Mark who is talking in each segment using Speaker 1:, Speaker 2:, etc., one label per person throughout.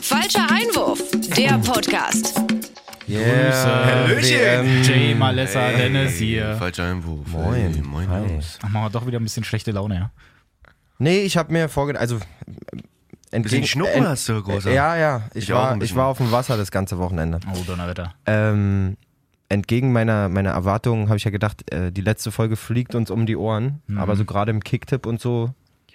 Speaker 1: Falscher Einwurf, der Podcast.
Speaker 2: Yeah.
Speaker 3: Hallöchen.
Speaker 2: WM.
Speaker 4: Jay, Malessa,
Speaker 3: Hey,
Speaker 4: Dennis hier.
Speaker 3: Falscher Einwurf. Hey,
Speaker 2: Moin.
Speaker 3: moin.
Speaker 2: Hi.
Speaker 3: Jungs.
Speaker 4: Ach, machen wir doch wieder ein bisschen schlechte Laune, ja?
Speaker 2: Nee, ich habe mir vorgedacht, also äh, entgegen...
Speaker 3: Bisschen Schnuppen
Speaker 2: ent-
Speaker 3: hast du, Großer.
Speaker 2: Ja, ja, ich,
Speaker 3: Ich auch ein
Speaker 2: war,
Speaker 3: bisschen.
Speaker 2: ich war auf dem Wasser das ganze Wochenende.
Speaker 4: Oh, Donnerwetter.
Speaker 2: Ähm, entgegen meiner, meiner Erwartungen habe ich ja gedacht, äh, die letzte Folge fliegt uns um die Ohren, aber so gerade im Kicktipp und so...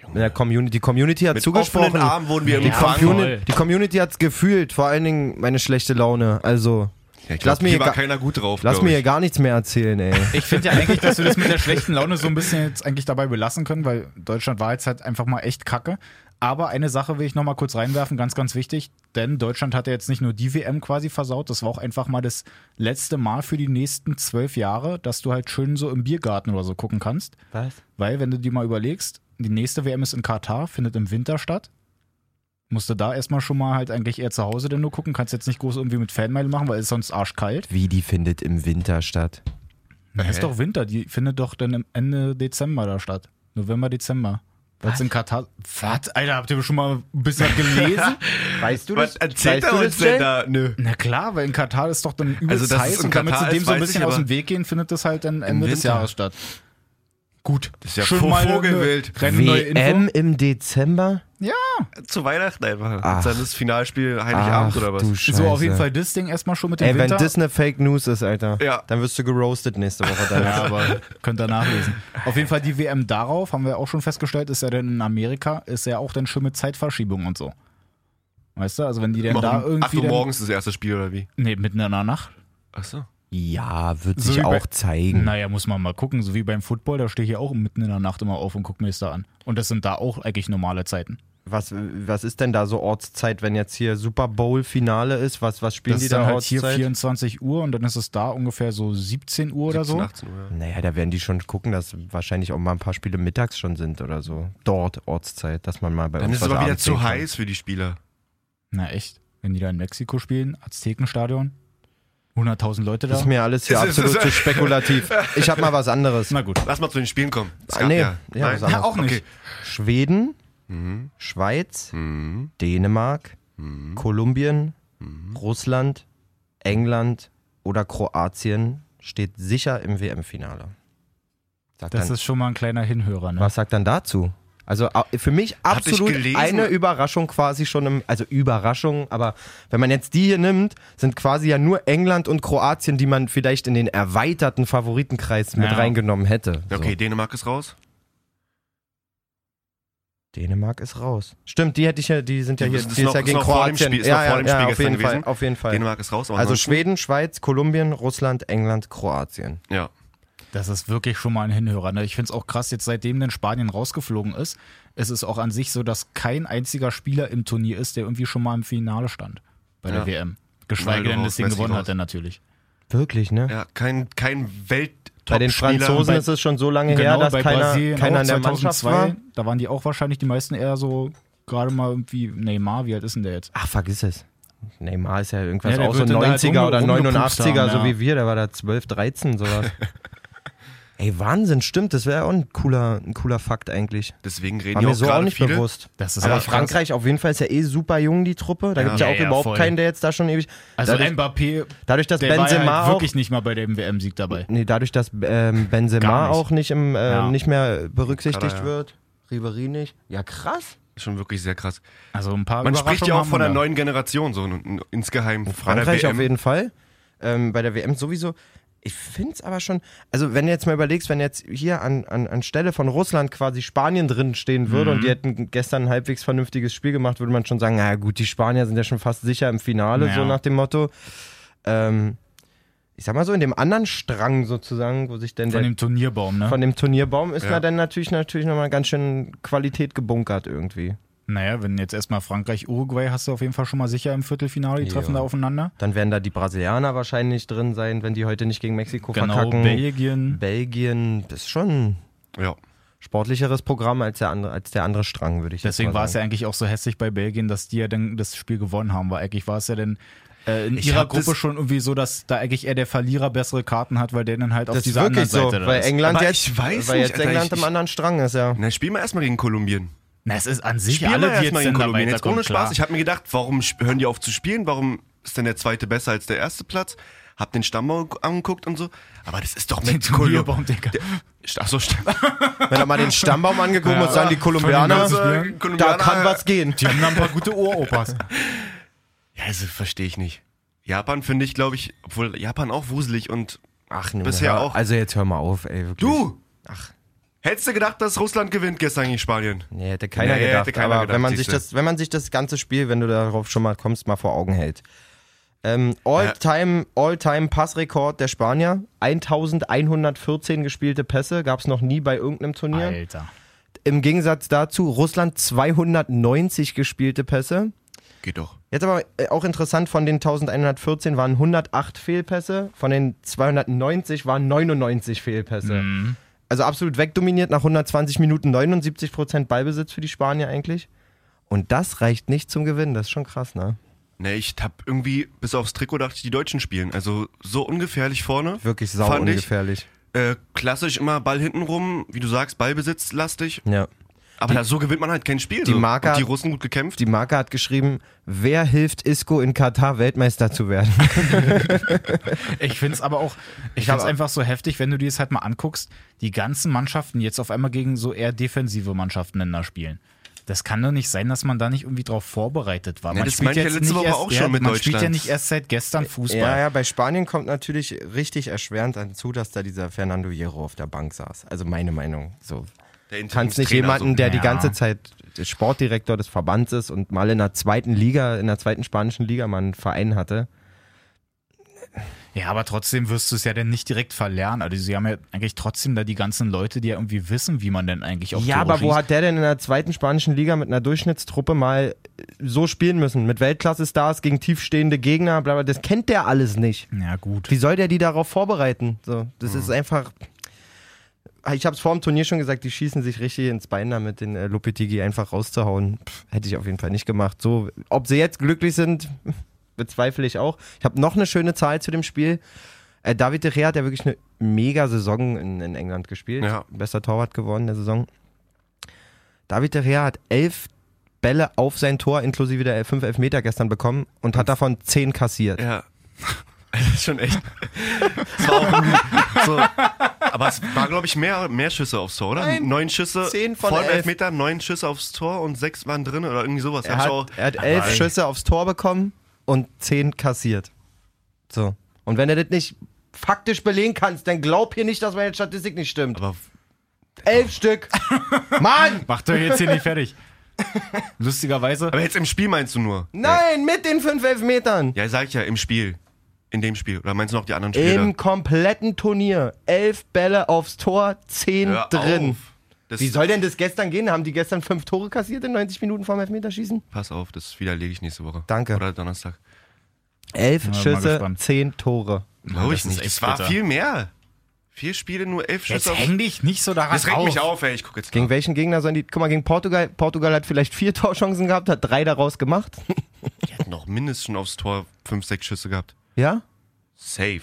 Speaker 2: In der Community, die Community hat
Speaker 3: Mit
Speaker 2: zugesprochen.
Speaker 3: offenen Armen wurden wir
Speaker 2: Die,
Speaker 3: empfangen.
Speaker 2: Communi
Speaker 4: voll.
Speaker 2: die Community hat's gefühlt, vor allen Dingen meine schlechte Laune. Also,
Speaker 3: Ja, ich
Speaker 2: Lass
Speaker 3: glaub,
Speaker 2: mir
Speaker 3: hier
Speaker 2: hier
Speaker 3: war
Speaker 2: ga-
Speaker 3: keiner gut drauf.
Speaker 2: lass
Speaker 3: glaub
Speaker 2: mir hier
Speaker 3: ich.
Speaker 2: gar nichts mehr erzählen, ey.
Speaker 4: Ich finde ja eigentlich, dass wir das mit der schlechten Laune so ein bisschen jetzt eigentlich dabei belassen können, weil Deutschland war jetzt halt einfach mal echt kacke. Aber eine Sache will ich nochmal kurz reinwerfen, ganz, ganz wichtig, denn Deutschland hat ja jetzt nicht nur die WM quasi versaut, das war auch einfach mal das letzte Mal für die nächsten zwölf Jahre, dass du halt schön so im Biergarten oder so gucken kannst.
Speaker 2: Was?
Speaker 4: Weil, wenn du dir mal überlegst, die nächste WM ist in Katar, findet im Winter statt. Musst du da erstmal schon mal halt eigentlich eher zu Hause denn nur gucken, kannst jetzt nicht groß irgendwie mit Fanmeile machen, weil es ist sonst arschkalt.
Speaker 2: Wie die findet im Winter statt.
Speaker 4: Dann ist doch Winter, die findet doch dann im Ende Dezember da statt. November, Dezember. Was in Katar. Was? Alter, habt ihr schon mal ein bisschen gelesen?
Speaker 2: Weißt du
Speaker 3: Was erzählt er uns denn da? Nö.
Speaker 4: Na klar, weil in Katar ist doch dann übelst
Speaker 3: Also, dass es
Speaker 4: heiß
Speaker 3: in
Speaker 4: und damit
Speaker 3: Katar
Speaker 4: sie dem
Speaker 3: ist,
Speaker 4: so ein
Speaker 3: weiß
Speaker 4: bisschen
Speaker 3: ich,
Speaker 4: aus
Speaker 3: aber
Speaker 4: dem Weg gehen, findet das halt dann
Speaker 3: im
Speaker 4: Ende des
Speaker 3: Winter.
Speaker 4: Jahres statt. Gut. Das
Speaker 3: ist ja Vogelwild.
Speaker 4: neue Info.
Speaker 2: WM im Dezember?
Speaker 3: Zu Weihnachten einfach.
Speaker 2: Ach.
Speaker 3: Dann ist Finalspiel Heiligabend
Speaker 2: Ach,
Speaker 3: oder was?
Speaker 2: du Scheiße.
Speaker 4: So, auf jeden Fall das Ding erstmal schon mit dem
Speaker 2: Ey, wenn
Speaker 4: Winter.
Speaker 2: das eine Fake News ist, Alter,
Speaker 3: Ja.
Speaker 2: dann wirst du geroastet nächste Woche.
Speaker 4: Ja,
Speaker 2: Dann.
Speaker 4: aber könnt ihr nachlesen. Auf jeden Fall die WM darauf, haben wir auch schon festgestellt, ist ja dann in Amerika, ist ja auch dann schon mit Zeitverschiebung und so. Weißt du, also wenn die denn da
Speaker 3: Machen-
Speaker 4: irgendwie.
Speaker 3: Acht Uhr
Speaker 4: dann-
Speaker 3: morgens das erste Spiel oder wie?
Speaker 4: Nee, mitten in der Nacht.
Speaker 3: Achso.
Speaker 2: ja, wird
Speaker 4: So
Speaker 2: sich
Speaker 4: wie bei-
Speaker 2: auch zeigen.
Speaker 4: Naja, muss man mal gucken. So wie beim Football, da stehe ich ja auch mitten in der Nacht immer auf und gucke mir das da an. Und das sind da auch eigentlich normale Zeiten.
Speaker 2: Was, was ist denn da so Ortszeit, wenn jetzt hier Super Bowl-Finale ist? Was, was spielen
Speaker 4: Das
Speaker 2: die
Speaker 4: ist
Speaker 2: da
Speaker 4: dann halt hier
Speaker 2: Ortszeit?
Speaker 4: 24 Uhr und dann ist es da ungefähr so 17 Uhr oder so.
Speaker 3: 18 Uhr.
Speaker 2: naja, da werden die schon gucken, dass wahrscheinlich auch mal ein paar Spiele mittags schon sind oder so. Dort Ortszeit, dass man mal bei
Speaker 3: Dann
Speaker 2: uns
Speaker 3: ist es aber wieder
Speaker 2: abends sehen
Speaker 3: zu
Speaker 2: kann.
Speaker 3: heiß für die Spieler.
Speaker 4: Na echt? Wenn die da in Mexiko spielen, Aztekenstadion, 100.000 Leute da.
Speaker 2: Das ist mir alles hier
Speaker 3: Es ist-
Speaker 2: absolut
Speaker 3: es
Speaker 2: zu
Speaker 3: ist-
Speaker 2: spekulativ. Ich habe mal was anderes.
Speaker 4: Na gut.
Speaker 3: Lass mal zu den Spielen kommen. Es
Speaker 2: Ah,
Speaker 3: gab
Speaker 2: nee.
Speaker 3: ja.
Speaker 2: Ja,
Speaker 3: Nein.
Speaker 2: was anderes.
Speaker 4: auch nicht.
Speaker 3: Okay.
Speaker 2: Schweden,
Speaker 4: Mhm.
Speaker 2: Schweiz, Dänemark, Kolumbien,
Speaker 4: Mhm.
Speaker 2: Russland, England oder Kroatien steht sicher im WM-Finale. Sag
Speaker 4: Das
Speaker 2: dann-
Speaker 4: ist schon mal ein kleiner Hinhörer, ne?
Speaker 2: Was sagt dann dazu? Also au- für mich absolut
Speaker 3: gelesen-
Speaker 2: eine Überraschung quasi schon im, also Überraschung, aber wenn man jetzt die hier nimmt, sind quasi ja nur England und Kroatien, die man vielleicht in den erweiterten Favoritenkreis mit
Speaker 4: Ja.
Speaker 2: reingenommen hätte. So.
Speaker 3: Okay, Dänemark ist raus.
Speaker 2: Dänemark ist raus. Stimmt, die hätte ich ja, die sind ja
Speaker 3: Die
Speaker 2: hier,
Speaker 3: ist- ist
Speaker 2: die ist
Speaker 3: noch-
Speaker 2: ja
Speaker 3: ist
Speaker 2: gegen
Speaker 3: noch vor dem
Speaker 2: Kroatien.
Speaker 3: Spiel- ist noch
Speaker 2: ja, ja,
Speaker 3: vor dem
Speaker 2: ja,
Speaker 3: Spiel
Speaker 2: auf jeden
Speaker 3: gestern
Speaker 2: Fall,
Speaker 3: gewesen.
Speaker 2: auf jeden Fall.
Speaker 3: Dänemark ist raus. aber
Speaker 2: also
Speaker 3: ansonsten-
Speaker 2: Schweden, Schweiz, Kolumbien, Russland, England, Kroatien.
Speaker 3: Ja.
Speaker 4: Das ist wirklich schon mal ein Hinhörer. Ne? Ich finde es auch krass, jetzt seitdem denn Spanien rausgeflogen ist, es ist auch an sich so, dass kein einziger Spieler im Turnier ist, der irgendwie schon mal im Finale stand bei der
Speaker 3: Ja.
Speaker 4: WM. Geschweige
Speaker 3: Ronaldo
Speaker 4: denn,
Speaker 3: raus,
Speaker 4: das Ding
Speaker 3: Messi
Speaker 4: gewonnen
Speaker 3: raus.
Speaker 4: hat er natürlich.
Speaker 2: Wirklich, ne?
Speaker 3: Ja, kein, kein welt
Speaker 2: bei den Franzosen
Speaker 4: bei-
Speaker 2: ist es schon so lange
Speaker 4: Genau
Speaker 3: Genau,
Speaker 2: her, dass keiner, keiner in der Mannschaft war.
Speaker 4: da waren die auch wahrscheinlich die meisten eher so gerade mal irgendwie Neymar, wie alt ist denn der jetzt?
Speaker 2: Ach, vergiss es. Neymar ist ja irgendwas
Speaker 4: Ja, der
Speaker 2: auch so
Speaker 4: wird dann da halt
Speaker 2: 90er
Speaker 4: rumge-
Speaker 2: oder
Speaker 4: rumgepupst
Speaker 2: 89er,
Speaker 4: haben,
Speaker 2: so
Speaker 4: ja.
Speaker 2: wie wir, der war da 12, 13, sowas. Ey, Wahnsinn, stimmt, das wäre auch ein cooler, ein cooler Fakt eigentlich.
Speaker 3: Deswegen reden
Speaker 2: War
Speaker 3: ja
Speaker 2: mir
Speaker 3: auch
Speaker 2: so auch
Speaker 3: gerade
Speaker 2: nicht
Speaker 3: viele.
Speaker 2: bewusst.
Speaker 4: Das ist
Speaker 2: Aber
Speaker 4: ja krass.
Speaker 2: Frankreich auf jeden Fall ist ja eh super jung, die Truppe. Da
Speaker 3: Ja.
Speaker 2: gibt es ja
Speaker 4: Ja,
Speaker 2: auch
Speaker 4: ja,
Speaker 2: überhaupt
Speaker 4: voll.
Speaker 2: keinen, der jetzt da schon ewig.
Speaker 4: Also
Speaker 2: dadurch,
Speaker 4: Mbappé,
Speaker 2: dadurch, dass
Speaker 4: der war ja
Speaker 2: Benzema
Speaker 4: halt
Speaker 2: auch.
Speaker 4: wirklich nicht mal bei dem WM-Sieg dabei.
Speaker 2: Nee, dadurch, dass ähm, Benzema
Speaker 4: Gar nicht.
Speaker 2: auch nicht, im, äh,
Speaker 4: Ja.
Speaker 2: nicht mehr berücksichtigt
Speaker 3: Kader, ja.
Speaker 2: wird. Ribery nicht. Ja, krass.
Speaker 3: Schon wirklich sehr krass.
Speaker 4: Also ein paar
Speaker 3: Man spricht ja
Speaker 4: Überraschungen
Speaker 3: auch von
Speaker 4: haben wir
Speaker 3: einer
Speaker 4: da.
Speaker 3: neuen Generation, so n- n- insgeheim. Bei der
Speaker 2: Frankreich auf
Speaker 3: WM.
Speaker 2: jeden Fall. Ähm, bei der WM sowieso. Ich finde es aber schon, also wenn du jetzt mal überlegst, wenn jetzt hier an, an, anstelle von Russland quasi Spanien drin stehen würde
Speaker 4: Mhm.
Speaker 2: und die hätten gestern ein halbwegs vernünftiges Spiel gemacht, würde man schon sagen, naja gut, die Spanier sind ja schon fast sicher im Finale,
Speaker 4: Ja.
Speaker 2: so nach dem Motto. Ähm, ich sag mal so, in dem anderen Strang sozusagen, wo sich denn
Speaker 4: von
Speaker 2: der,
Speaker 4: dem Turnierbaum, ne?
Speaker 2: von dem Turnierbaum ist
Speaker 3: Ja.
Speaker 2: ja. dann natürlich, natürlich nochmal ganz schön Qualität gebunkert irgendwie.
Speaker 4: Naja, wenn jetzt erstmal Frankreich, Uruguay hast du auf jeden Fall schon mal sicher im Viertelfinale, die treffen
Speaker 2: Ja.
Speaker 4: da aufeinander.
Speaker 2: Dann werden da die Brasilianer wahrscheinlich drin sein, wenn die heute nicht gegen Mexiko
Speaker 4: Genau,
Speaker 2: verkacken.
Speaker 3: Hm?
Speaker 4: Belgien.
Speaker 2: Belgien, das ist schon
Speaker 3: Ja.
Speaker 2: sportlicheres Programm als der andere, als der andere Strang, würde ich
Speaker 4: Deswegen
Speaker 2: jetzt mal
Speaker 4: war es ja
Speaker 2: sagen.
Speaker 4: eigentlich auch so hässlich bei Belgien, dass die ja dann das Spiel gewonnen haben, weil eigentlich war es ja dann äh, in
Speaker 3: Ich
Speaker 4: ihrer
Speaker 3: hab das-
Speaker 4: Gruppe schon irgendwie so, dass da eigentlich eher der Verlierer bessere Karten hat, weil der dann halt auf
Speaker 2: das ist
Speaker 4: dieser anderen
Speaker 2: wirklich
Speaker 4: Seite
Speaker 2: so,
Speaker 4: dann
Speaker 2: weil
Speaker 4: ist.
Speaker 2: England
Speaker 3: Aber
Speaker 2: jetzt,
Speaker 3: ich weiß
Speaker 2: weil
Speaker 3: nicht,
Speaker 2: jetzt
Speaker 3: Alter,
Speaker 2: England
Speaker 3: ich-
Speaker 2: im anderen Strang ist, ja.
Speaker 3: Na, spielen wir erstmal gegen Kolumbien.
Speaker 4: Na, es ist an sich
Speaker 3: Spiel
Speaker 4: alle,
Speaker 3: mal
Speaker 4: die
Speaker 3: erstmal
Speaker 4: jetzt
Speaker 3: in
Speaker 4: in der
Speaker 3: Kolumbien. Jetzt ohne
Speaker 4: weiterkommen,
Speaker 3: Spaß.
Speaker 4: klar.
Speaker 3: Ich habe mir gedacht, warum sp- hören die auf zu spielen? Warum ist denn der zweite besser als der erste Platz? Hab den Stamm angeguckt und so. Aber das ist doch
Speaker 4: Den
Speaker 3: mit Kolumbien.
Speaker 4: Turnierbaum, Digga.
Speaker 3: Achso, stimmt. Also,
Speaker 2: Wenn er mal den Stammbaum angeguckt
Speaker 4: Ja.
Speaker 2: muss, sagen die
Speaker 4: Ja,
Speaker 2: Kolumbianer,
Speaker 4: das-
Speaker 2: ne? da kann was gehen.
Speaker 4: Die haben da ein paar gute Ohropas.
Speaker 3: Ja, also verstehe ich nicht. Japan finde ich, glaube ich, obwohl Japan auch wuselig und
Speaker 2: Ach, nee,
Speaker 3: Bisher
Speaker 2: hör-
Speaker 3: auch.
Speaker 2: Also jetzt hör mal auf, ey, wirklich.
Speaker 3: Du!
Speaker 2: Ach.
Speaker 3: Hättest du gedacht, dass Russland gewinnt gestern gegen Spanien?
Speaker 2: Nee, hätte keiner
Speaker 3: Nee, hätte
Speaker 2: gedacht.
Speaker 3: keiner
Speaker 2: aber
Speaker 3: gedacht,
Speaker 2: wenn, man sich
Speaker 3: siehste.
Speaker 2: das, wenn man sich das ganze Spiel, wenn du darauf schon mal kommst, mal vor Augen hält. Ähm, All-Time All Passrekord der Spanier. 1114 gespielte Pässe gab es noch nie bei irgendeinem Turnier.
Speaker 4: Alter.
Speaker 2: Im Gegensatz dazu Russland 290 gespielte Pässe.
Speaker 3: Geht doch.
Speaker 2: Jetzt aber äh, auch interessant, von den 1114 waren 108 Fehlpässe, von den 290 waren 99 Fehlpässe.
Speaker 3: Mhm.
Speaker 2: Also absolut wegdominiert nach 120 Minuten 79% Ballbesitz für die Spanier eigentlich. Und das reicht nicht zum Gewinnen, das ist schon krass, ne?
Speaker 3: Ne, ich hab irgendwie, bis aufs Trikot dachte ich, die Deutschen spielen. Also so ungefährlich vorne.
Speaker 2: Wirklich sau
Speaker 3: Fand ich.
Speaker 2: ungefährlich.
Speaker 3: Äh, klassisch immer Ball hinten rum, wie du sagst, Ballbesitz lastig.
Speaker 2: Ja.
Speaker 3: Aber da, so gewinnt man halt kein Spiel.
Speaker 2: Die
Speaker 3: so.
Speaker 2: Marker-
Speaker 3: Und die Russen gut gekämpft.
Speaker 2: Die Marke hat geschrieben, wer hilft Isco in Katar Weltmeister zu werden?
Speaker 4: Ich finde es aber auch, ich finde es einfach so heftig, wenn du dir das halt mal anguckst, die ganzen Mannschaften jetzt auf einmal gegen so eher defensive Mannschaften in der spielen. Das kann doch nicht sein, dass man da nicht irgendwie drauf vorbereitet war.
Speaker 3: Ja,
Speaker 4: man
Speaker 3: das meinte ich ja letzte Woche
Speaker 4: erst,
Speaker 3: auch schon mit
Speaker 4: man spielt ja
Speaker 3: Deutschland. Äh,
Speaker 4: nicht erst seit gestern Fußball.
Speaker 2: Ja, ja, bei Spanien kommt natürlich richtig erschwerend hinzu, dass da dieser Fernando Hierro auf der Bank saß. Also meine Meinung. So,
Speaker 3: Der
Speaker 2: kannst nicht
Speaker 3: Interimstrainer,
Speaker 2: jemanden, der die
Speaker 4: Ja.
Speaker 2: ganze Zeit Sportdirektor des Verbands ist und mal in der zweiten Liga, in der zweiten spanischen Liga mal einen Verein hatte.
Speaker 4: Ja, aber trotzdem wirst du es ja dann nicht direkt verlernen. Also sie haben ja eigentlich trotzdem da die ganzen Leute, die ja irgendwie wissen, wie man denn eigentlich auf
Speaker 2: ja,
Speaker 4: Tore
Speaker 2: aber wo
Speaker 4: schießt.
Speaker 2: hat der denn in der zweiten spanischen Liga mit einer Durchschnittstruppe mal äh, so spielen müssen? Mit Weltklasse-Stars gegen tiefstehende Gegner, bla bla, das kennt der alles nicht.
Speaker 4: Ja, gut.
Speaker 2: Wie soll der die darauf vorbereiten? So, das ist einfach. ah, Ich habe es vor dem Turnier schon gesagt, die schießen sich richtig ins Bein damit, den äh, Lupetigi einfach rauszuhauen. Pff, hätte ich auf jeden Fall nicht gemacht. So, ob sie jetzt glücklich sind, bezweifle ich auch. Ich habe noch eine schöne Zahl zu dem Spiel. Äh, David de Gea hat ja wirklich eine mega Saison in, in England gespielt.
Speaker 3: Ja.
Speaker 2: Bester Torwart geworden der Saison. David de Gea hat elf Bälle auf sein Tor inklusive der fünf Elfmeter gestern bekommen und hat davon zehn kassiert.
Speaker 3: Ja. Also, Das ist schon echt. Das war auch so. Aber es war, glaube ich, mehr, mehr Schüsse aufs Tor, oder?
Speaker 2: Nein.
Speaker 3: neun Schüsse.
Speaker 2: Zehn von
Speaker 3: vor dem
Speaker 2: elf.
Speaker 3: Elfmeter, neun Schüsse aufs Tor und sechs waren drin oder irgendwie sowas.
Speaker 2: Er
Speaker 3: Hab ich
Speaker 2: hat,
Speaker 3: auch,
Speaker 2: er hat elf
Speaker 4: ey.
Speaker 2: Schüsse aufs Tor bekommen und zehn kassiert. So. Und wenn er das nicht faktisch belegen kannst, dann glaub hier nicht, dass meine Statistik nicht stimmt.
Speaker 3: aber
Speaker 2: elf Stück. Mann!
Speaker 4: Macht doch jetzt hier nicht fertig. Lustigerweise.
Speaker 3: Aber jetzt im Spiel meinst du nur?
Speaker 2: Nein, mit den fünf Elfmetern.
Speaker 3: Ja, sag ich ja, im Spiel. In dem Spiel. Oder meinst du noch die anderen Spiele?
Speaker 2: Im kompletten Turnier. Elf Bälle aufs Tor, zehn
Speaker 3: Hör
Speaker 2: drin.
Speaker 3: Auf. Das,
Speaker 2: Wie soll denn das gestern gehen? Haben die gestern fünf Tore kassiert in 90 Minuten vorm Elfmeterschießen?
Speaker 3: Pass auf, das widerlege ich nächste Woche.
Speaker 2: Danke.
Speaker 3: Oder Donnerstag.
Speaker 2: Elf
Speaker 4: mal
Speaker 2: Schüsse,
Speaker 4: gespannt.
Speaker 2: zehn Tore.
Speaker 3: Glaube ich
Speaker 4: das ist
Speaker 3: nicht.
Speaker 4: echt
Speaker 3: Es war
Speaker 4: bitter.
Speaker 3: viel mehr. Vier Spiele, nur elf
Speaker 4: Jetzt
Speaker 3: Schüsse. aufs-
Speaker 4: häng dich nicht so daran
Speaker 3: Das regt
Speaker 4: auf.
Speaker 3: mich auf, ey. Ich guck jetzt.
Speaker 2: Gegen welchen Gegner sollen die. Guck mal, gegen Portugal. Portugal hat vielleicht vier Torchancen gehabt, hat drei daraus gemacht.
Speaker 3: Die hätten noch mindestens schon aufs Tor fünf, sechs Schüsse gehabt.
Speaker 2: Ja?
Speaker 3: Safe.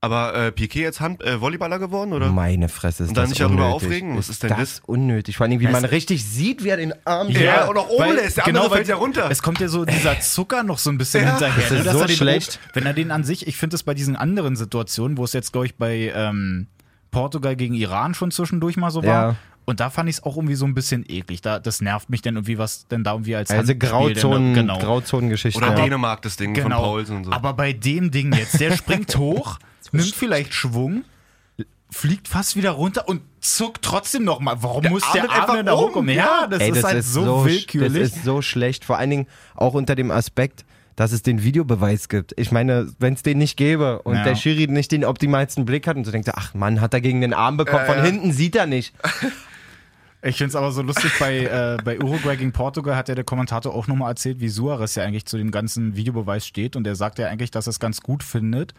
Speaker 3: Aber äh, Piquet jetzt Hand äh, Volleyballer geworden, oder?
Speaker 2: Meine Fresse ist
Speaker 3: Und dann
Speaker 2: das
Speaker 3: nicht
Speaker 2: unnötig.
Speaker 3: darüber aufregen? Was ist denn
Speaker 2: das? unnötig. Vor allem, wie man richtig sieht, wie er den Arm...
Speaker 3: Ja. und auch oben
Speaker 4: weil- genau,
Speaker 3: lässt, der andere
Speaker 4: weil
Speaker 3: fällt ja runter.
Speaker 4: Es kommt ja so dieser Zucker noch so ein bisschen
Speaker 3: Ja.
Speaker 4: hinterher.
Speaker 2: Das
Speaker 4: ne,
Speaker 2: ist
Speaker 4: dass
Speaker 2: so
Speaker 4: er den
Speaker 2: schlecht.
Speaker 4: Ob- Wenn er den an sich, ich finde es bei diesen anderen Situationen, wo es jetzt, glaube ich, bei ähm, Portugal gegen Iran schon zwischendurch mal so war.
Speaker 2: Ja.
Speaker 4: Und da fand ich es auch irgendwie so ein bisschen eklig. Da, das nervt mich denn irgendwie, was denn da irgendwie als
Speaker 2: Also
Speaker 4: Handspiel denn-
Speaker 2: Grauzonen,
Speaker 4: genau.
Speaker 2: Grauzonengeschichte.
Speaker 3: Oder
Speaker 2: Ja.
Speaker 3: Dänemark, das Ding von
Speaker 4: Genau.
Speaker 3: Paulsen und so.
Speaker 4: Aber bei dem Ding jetzt, der springt hoch, nimmt vielleicht Schwung, fliegt fast wieder runter und zuckt trotzdem nochmal. Warum muss
Speaker 3: Arm
Speaker 4: der
Speaker 3: wird
Speaker 4: Arm
Speaker 3: einfach
Speaker 4: denn da
Speaker 3: oben,
Speaker 4: hochkommen?
Speaker 3: ja.
Speaker 4: Ja, das
Speaker 2: Ey,
Speaker 4: ist halt so,
Speaker 2: sch- das
Speaker 4: willkürlich.
Speaker 2: ist so schlecht. Vor allen Dingen auch unter dem Aspekt, dass es den Videobeweis gibt. Ich meine, wenn es den nicht gäbe und
Speaker 4: Ja.
Speaker 2: der Schiri nicht den optimalsten Blick hat und so denkt, er, ach Mann, hat er gegen den Arm bekommen. Von hinten sieht er nicht.
Speaker 4: Ich finde es aber so lustig, bei, äh, bei Uruguay gegen Portugal hat ja der Kommentator auch nochmal erzählt, wie Suarez ja eigentlich zu dem ganzen Videobeweis steht und er sagt ja eigentlich, dass er es ganz gut findet,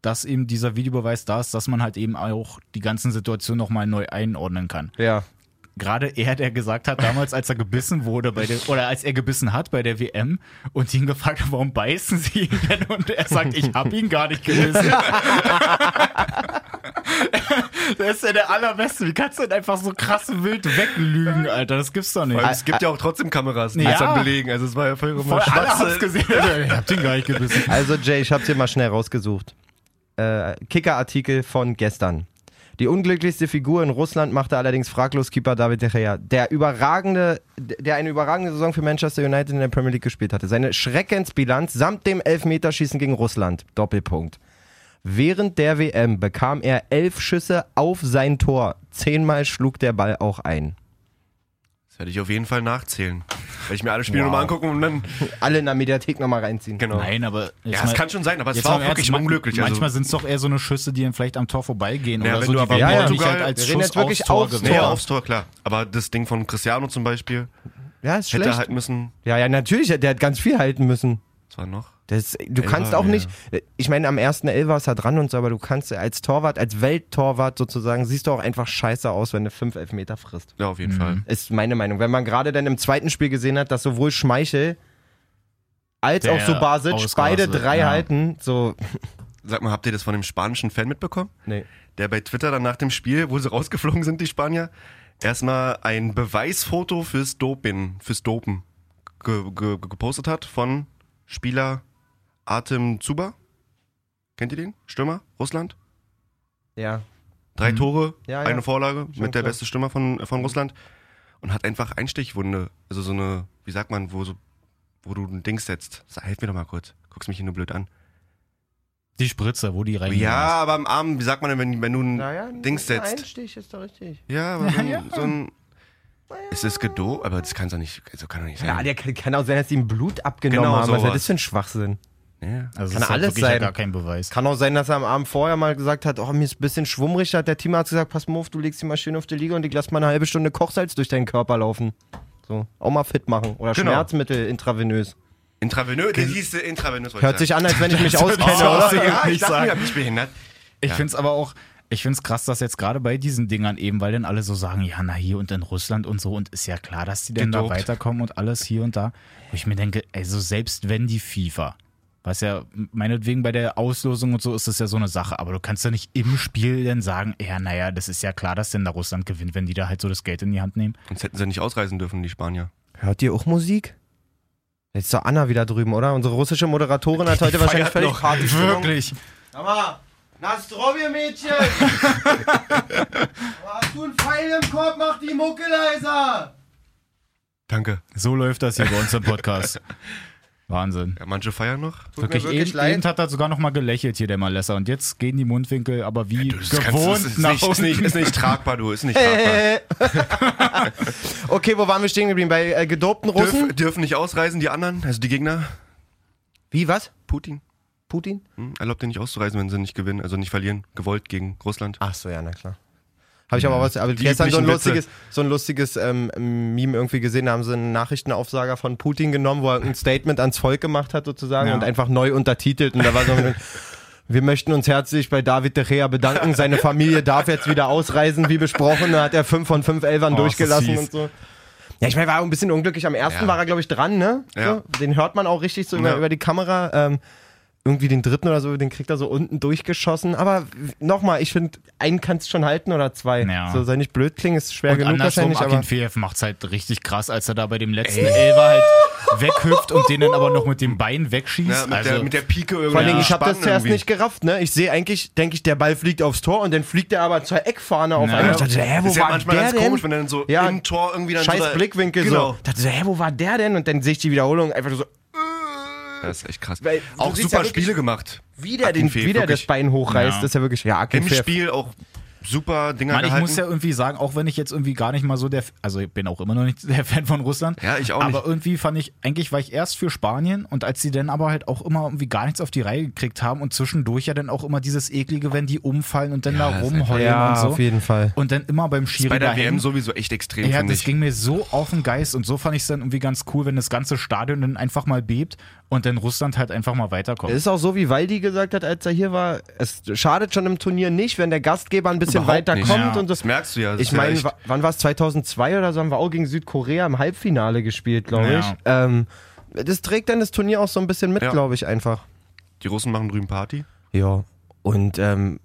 Speaker 4: dass eben dieser Videobeweis da ist, dass man halt eben auch die ganzen Situationen nochmal neu einordnen kann.
Speaker 2: Ja.
Speaker 4: Gerade er, der gesagt hat, damals, als er gebissen wurde, bei der, oder als er gebissen hat bei der WM und ihn gefragt hat, warum beißen sie ihn denn? Und er sagt, ich hab ihn gar nicht gebissen. Der ist ja der allerbeste. Wie kannst du denn einfach so krasse wild weglügen, Alter? Das gibt's doch nicht.
Speaker 3: Weil es gibt ja auch trotzdem Kameras, die
Speaker 4: Ja.
Speaker 3: es dann belegen. Also es war ja voll,
Speaker 4: Voll alle
Speaker 3: Schwachsinn.
Speaker 4: haben's gesehen. Ich hab den gar nicht gebissen.
Speaker 2: Also Jay, ich hab's hier mal schnell rausgesucht. Äh, Kicker-Artikel von gestern. Die unglücklichste Figur in Russland machte allerdings fraglos Keeper David De Gea, der, überragende, der eine überragende Saison für Manchester United in der Premier League gespielt hatte. Seine Schreckensbilanz samt dem Elfmeterschießen gegen Russland. Doppelpunkt. Während der WM bekam er elf Schüsse auf sein Tor. Zehnmal schlug der Ball auch ein.
Speaker 3: Das werde ich auf jeden Fall nachzählen. Werde ich mir alle Spiele
Speaker 2: Wow.
Speaker 3: nochmal angucken und dann.
Speaker 2: Alle in der Mediathek nochmal reinziehen.
Speaker 3: Genau.
Speaker 4: Nein, aber.
Speaker 3: Ja, es kann schon sein, aber es
Speaker 4: Jetzt
Speaker 3: war
Speaker 4: mal
Speaker 3: auch
Speaker 4: im Ernst,
Speaker 3: wirklich
Speaker 4: man-
Speaker 3: unglücklich. Also,
Speaker 4: Manchmal sind es doch eher so eine Schüsse, die dann vielleicht am Tor vorbeigehen
Speaker 3: Ja,
Speaker 4: oder
Speaker 3: wenn
Speaker 4: so.
Speaker 3: du
Speaker 4: die
Speaker 3: aber
Speaker 4: werden
Speaker 2: Portugal-
Speaker 4: nicht halt als
Speaker 2: wir
Speaker 4: Schuss
Speaker 2: reden jetzt wirklich
Speaker 4: aufs Tor
Speaker 2: aufs
Speaker 3: nee,
Speaker 4: gewählt.
Speaker 2: Tor.
Speaker 3: aufs Tor, klar. Aber das Ding von Cristiano zum Beispiel
Speaker 2: Ja, ist
Speaker 3: hätte er
Speaker 2: schlecht.
Speaker 3: halt müssen.
Speaker 2: Ja, ja, natürlich, der hat ganz viel halten müssen.
Speaker 3: Was war noch?
Speaker 2: Das, du
Speaker 3: Elfer,
Speaker 2: kannst auch
Speaker 3: ja.
Speaker 2: nicht, ich meine, am ersten L war es da dran und so, aber du kannst als Torwart, als Welttorwart sozusagen, siehst du auch einfach scheiße aus, wenn du fünf Elfmeter frisst.
Speaker 3: Ja, auf jeden Fall.
Speaker 2: Ist meine Meinung. Wenn man gerade dann im zweiten Spiel gesehen hat, dass sowohl Schmeichel als
Speaker 4: Der
Speaker 2: auch Subasic
Speaker 4: ausgerastet,
Speaker 2: beide drei
Speaker 4: ja.
Speaker 2: halten, so,
Speaker 3: Sag mal, habt ihr das von dem spanischen Fan mitbekommen?
Speaker 2: nee.
Speaker 3: Der bei Twitter dann nach dem Spiel, wo sie rausgeflogen sind, die Spanier, erstmal ein Beweisfoto fürs Doping, fürs Dopen ge ge ge- gepostet hat von Spieler Artem Zuba. Kennt ihr den? Stürmer, Russland?
Speaker 2: Ja.
Speaker 3: Drei Tore,
Speaker 2: Mhm. Ja, ja.
Speaker 3: eine Vorlage
Speaker 2: Schon
Speaker 3: mit der
Speaker 2: klar.
Speaker 3: beste Stürmer von, äh, von Russland und hat einfach Einstichwunde. Also so eine, wie sagt man, wo, so, wo du ein Ding setzt. Sag, Helf mir doch mal kurz. Guckst mich hier nur blöd an.
Speaker 4: Die Spritze, wo die reingehen.
Speaker 3: Ja, aber am Arm, wie sagt man denn, wenn, wenn du ein Ding setzt?
Speaker 2: Einstich ist doch richtig.
Speaker 3: Ja, aber so, ein- so ein. Es ist gedo, aber das kann doch nicht, so kann doch nicht
Speaker 2: Ja,
Speaker 3: sein.
Speaker 2: der kann, kann auch sein, dass sie ihm Blut abgenommen
Speaker 3: Genau
Speaker 2: haben. Was ist
Speaker 3: sowas.
Speaker 2: das für ein Schwachsinn?
Speaker 3: Ja.
Speaker 4: Also
Speaker 2: Kann
Speaker 4: es ist
Speaker 2: alles
Speaker 4: wirklich ja
Speaker 2: sein.
Speaker 4: gar kein Beweis.
Speaker 2: Kann auch sein, dass er am Abend vorher mal gesagt hat, oh, mir ist ein bisschen schwummrig, Da hat der Teamarzt gesagt, pass mal auf, du legst die mal schön auf die Liege und ich lass mal eine halbe Stunde Kochsalz durch deinen Körper laufen. So, auch mal fit machen. Oder
Speaker 3: Genau.
Speaker 2: Schmerzmittel intravenös.
Speaker 3: Intravenös, der hieße Intravenös. wollte
Speaker 2: Hört
Speaker 3: ich
Speaker 2: sich an, als wenn ich mich
Speaker 3: sagen.
Speaker 2: auskenne,
Speaker 3: Oh,
Speaker 2: oder?
Speaker 3: ja, ich
Speaker 4: nicht
Speaker 3: dachte,
Speaker 4: sagen.
Speaker 3: ich hab mich behindert.
Speaker 4: Ich find's aber auch, ich find's krass, dass jetzt gerade bei diesen Dingern eben, weil dann alle so sagen, ja, na hier und in Russland und so und ist ja klar, dass die denn da
Speaker 3: Gedopt.
Speaker 4: weiterkommen und alles hier und da. Wo ich mir denke, also selbst wenn die FIFA, was ja meinetwegen bei der Auslosung und so ist das ja so eine Sache, aber du kannst ja nicht im Spiel dann sagen, ja, naja, das ist ja klar, dass denn da Russland gewinnt, wenn die da halt so das Geld in die Hand nehmen.
Speaker 3: Sonst hätten sie nicht ausreisen dürfen, die Spanier.
Speaker 2: Hört ihr auch Musik? Jetzt ist doch Anna wieder drüben, oder? Unsere russische Moderatorin hat heute wahrscheinlich völlig Party
Speaker 4: Wirklich.
Speaker 2: Sag mal, Nastrovje Mädchen! Hast du einen Pfeil im Korb, mach die Mucke leiser!
Speaker 3: Danke.
Speaker 4: So läuft das hier bei uns im Podcast. Wahnsinn.
Speaker 3: Ja, manche feiern noch.
Speaker 4: Wirklich,
Speaker 2: mir wirklich
Speaker 4: eben,
Speaker 2: leid.
Speaker 4: eben hat er sogar noch mal gelächelt hier, der Malessa. Und jetzt gehen die Mundwinkel aber wie
Speaker 3: Das kannst-
Speaker 4: gewohnt
Speaker 3: ist, ist,
Speaker 4: nach
Speaker 3: nicht, ist,
Speaker 4: unten.
Speaker 3: nicht, ist nicht tragbar, du, ist nicht tragbar.
Speaker 2: Äh. okay, wo waren wir stehen geblieben? Bei äh, gedopten Russen?
Speaker 3: Dürf, dürfen nicht ausreisen, die anderen, also die Gegner.
Speaker 2: Wie, was?
Speaker 3: Putin
Speaker 2: Putin?
Speaker 3: hm, erlaubt denen nicht auszureisen, wenn sie nicht gewinnen, also nicht verlieren, gewollt gegen Russland.
Speaker 2: Ach so, ja, na klar. Habe ich aber was, aber
Speaker 3: Die
Speaker 2: gestern so ein
Speaker 3: üblichen Witze.
Speaker 2: lustiges, so ein lustiges ähm, Meme irgendwie gesehen, da haben sie einen Nachrichtenaufsager von Putin genommen, wo er ein Statement ans Volk gemacht hat sozusagen
Speaker 4: Ja.
Speaker 2: und einfach neu untertitelt und da war so ein Wir möchten uns herzlich bei David De Gea bedanken. Seine Familie darf jetzt wieder ausreisen, wie besprochen. Da hat er fünf von fünf Elfern
Speaker 4: Oh, ist das
Speaker 2: durchgelassen
Speaker 4: fies.
Speaker 2: und so. Ja, ich meine, war auch ein bisschen unglücklich. Am ersten
Speaker 3: Ja.
Speaker 2: war er, glaube ich, dran, ne?
Speaker 3: Ja.
Speaker 2: So, den hört man auch richtig so über,
Speaker 3: Ja.
Speaker 2: über die Kamera. Ähm, irgendwie den dritten oder so, den kriegt er so unten durchgeschossen. Aber nochmal, ich finde, einen kannst schon halten oder zwei.
Speaker 4: Ja.
Speaker 2: So sei nicht blöd klingen, ist schwer
Speaker 4: Und
Speaker 2: genug
Speaker 4: andersrum,
Speaker 2: wahrscheinlich, aber.
Speaker 4: Akinfeev macht's halt richtig krass, als er da bei dem letzten Elfer halt weghüpft und den dann aber noch mit dem Bein wegschießt.
Speaker 3: Ja, mit,
Speaker 4: also,
Speaker 3: der, mit der Pike irgendwie.
Speaker 2: Vor allen Dingen, ich habe
Speaker 3: Spann
Speaker 2: das zuerst
Speaker 3: irgendwie.
Speaker 2: nicht gerafft, ne? Ich sehe eigentlich, denke ich, der Ball fliegt aufs Tor und dann fliegt er aber zur Eckfahne auf
Speaker 4: Ja.
Speaker 2: einmal. Ich dachte, hä, wo
Speaker 3: ist ja
Speaker 2: war
Speaker 3: manchmal
Speaker 2: der
Speaker 3: ganz
Speaker 2: denn?
Speaker 3: komisch, wenn dann so
Speaker 2: Ja,
Speaker 3: im Tor irgendwie dann so
Speaker 2: Scheiß
Speaker 3: da-
Speaker 2: Blinkwinkel
Speaker 3: genau.
Speaker 2: so. Ich dachte so, hä, wo war der denn? Und dann sehe ich die Wiederholung einfach so,
Speaker 3: Das ist echt krass.
Speaker 2: Weil du
Speaker 3: auch
Speaker 2: siehst
Speaker 3: super
Speaker 2: ja wirklich-
Speaker 3: Spiele gemacht.
Speaker 2: wie der, den,
Speaker 3: Akinfeev,
Speaker 2: wie der das
Speaker 3: wirklich.
Speaker 2: Bein hochreißt,
Speaker 4: Ja.
Speaker 2: das ist ja wirklich, ja,
Speaker 3: Im
Speaker 2: Akinfeev.
Speaker 3: Spiel auch super Dinger
Speaker 4: Mann, ich
Speaker 3: gehalten.
Speaker 4: muss ja irgendwie sagen, auch wenn ich jetzt irgendwie gar nicht mal so der, also ich bin auch immer noch nicht der Fan von Russland.
Speaker 3: Ja, ich auch
Speaker 4: Aber
Speaker 3: nicht.
Speaker 4: irgendwie fand ich, eigentlich war ich erst für Spanien und als sie dann aber halt auch immer irgendwie gar nichts auf die Reihe gekriegt haben und zwischendurch ja dann auch immer dieses eklige, wenn die umfallen und dann
Speaker 3: Ja,
Speaker 4: da
Speaker 3: das ist
Speaker 4: rumheulen
Speaker 2: ja,
Speaker 4: und so.
Speaker 2: auf jeden Fall.
Speaker 4: Und dann immer beim Schiri
Speaker 3: bei der
Speaker 4: dahin.
Speaker 3: WM sowieso echt extrem,
Speaker 4: Ja,
Speaker 3: finde
Speaker 4: das
Speaker 3: ich.
Speaker 4: ging mir so auf den Geist und so fand ich es dann irgendwie ganz cool, wenn das ganze Stadion dann einfach mal bebt und dann Russland halt einfach mal weiterkommt.
Speaker 2: Es ist auch so, wie Waldi gesagt hat, als er hier war, es schadet schon im Turnier nicht, wenn der Gastgeber ein bisschen
Speaker 3: Überhaupt nicht.
Speaker 2: weiterkommt
Speaker 4: Ja.
Speaker 2: und
Speaker 3: Das
Speaker 2: so.
Speaker 3: merkst du ja. das
Speaker 2: Ich
Speaker 3: ist ja
Speaker 2: meine,
Speaker 3: echt-
Speaker 2: wa- wann war es? 2002 oder so haben wir auch gegen Südkorea im Halbfinale gespielt, glaube
Speaker 4: Ja.
Speaker 2: ich. Ähm, das trägt dann das Turnier auch so ein bisschen mit,
Speaker 3: Ja.
Speaker 2: glaube ich, einfach.
Speaker 3: die Russen machen drüben Party.
Speaker 2: Ja. Und ähm,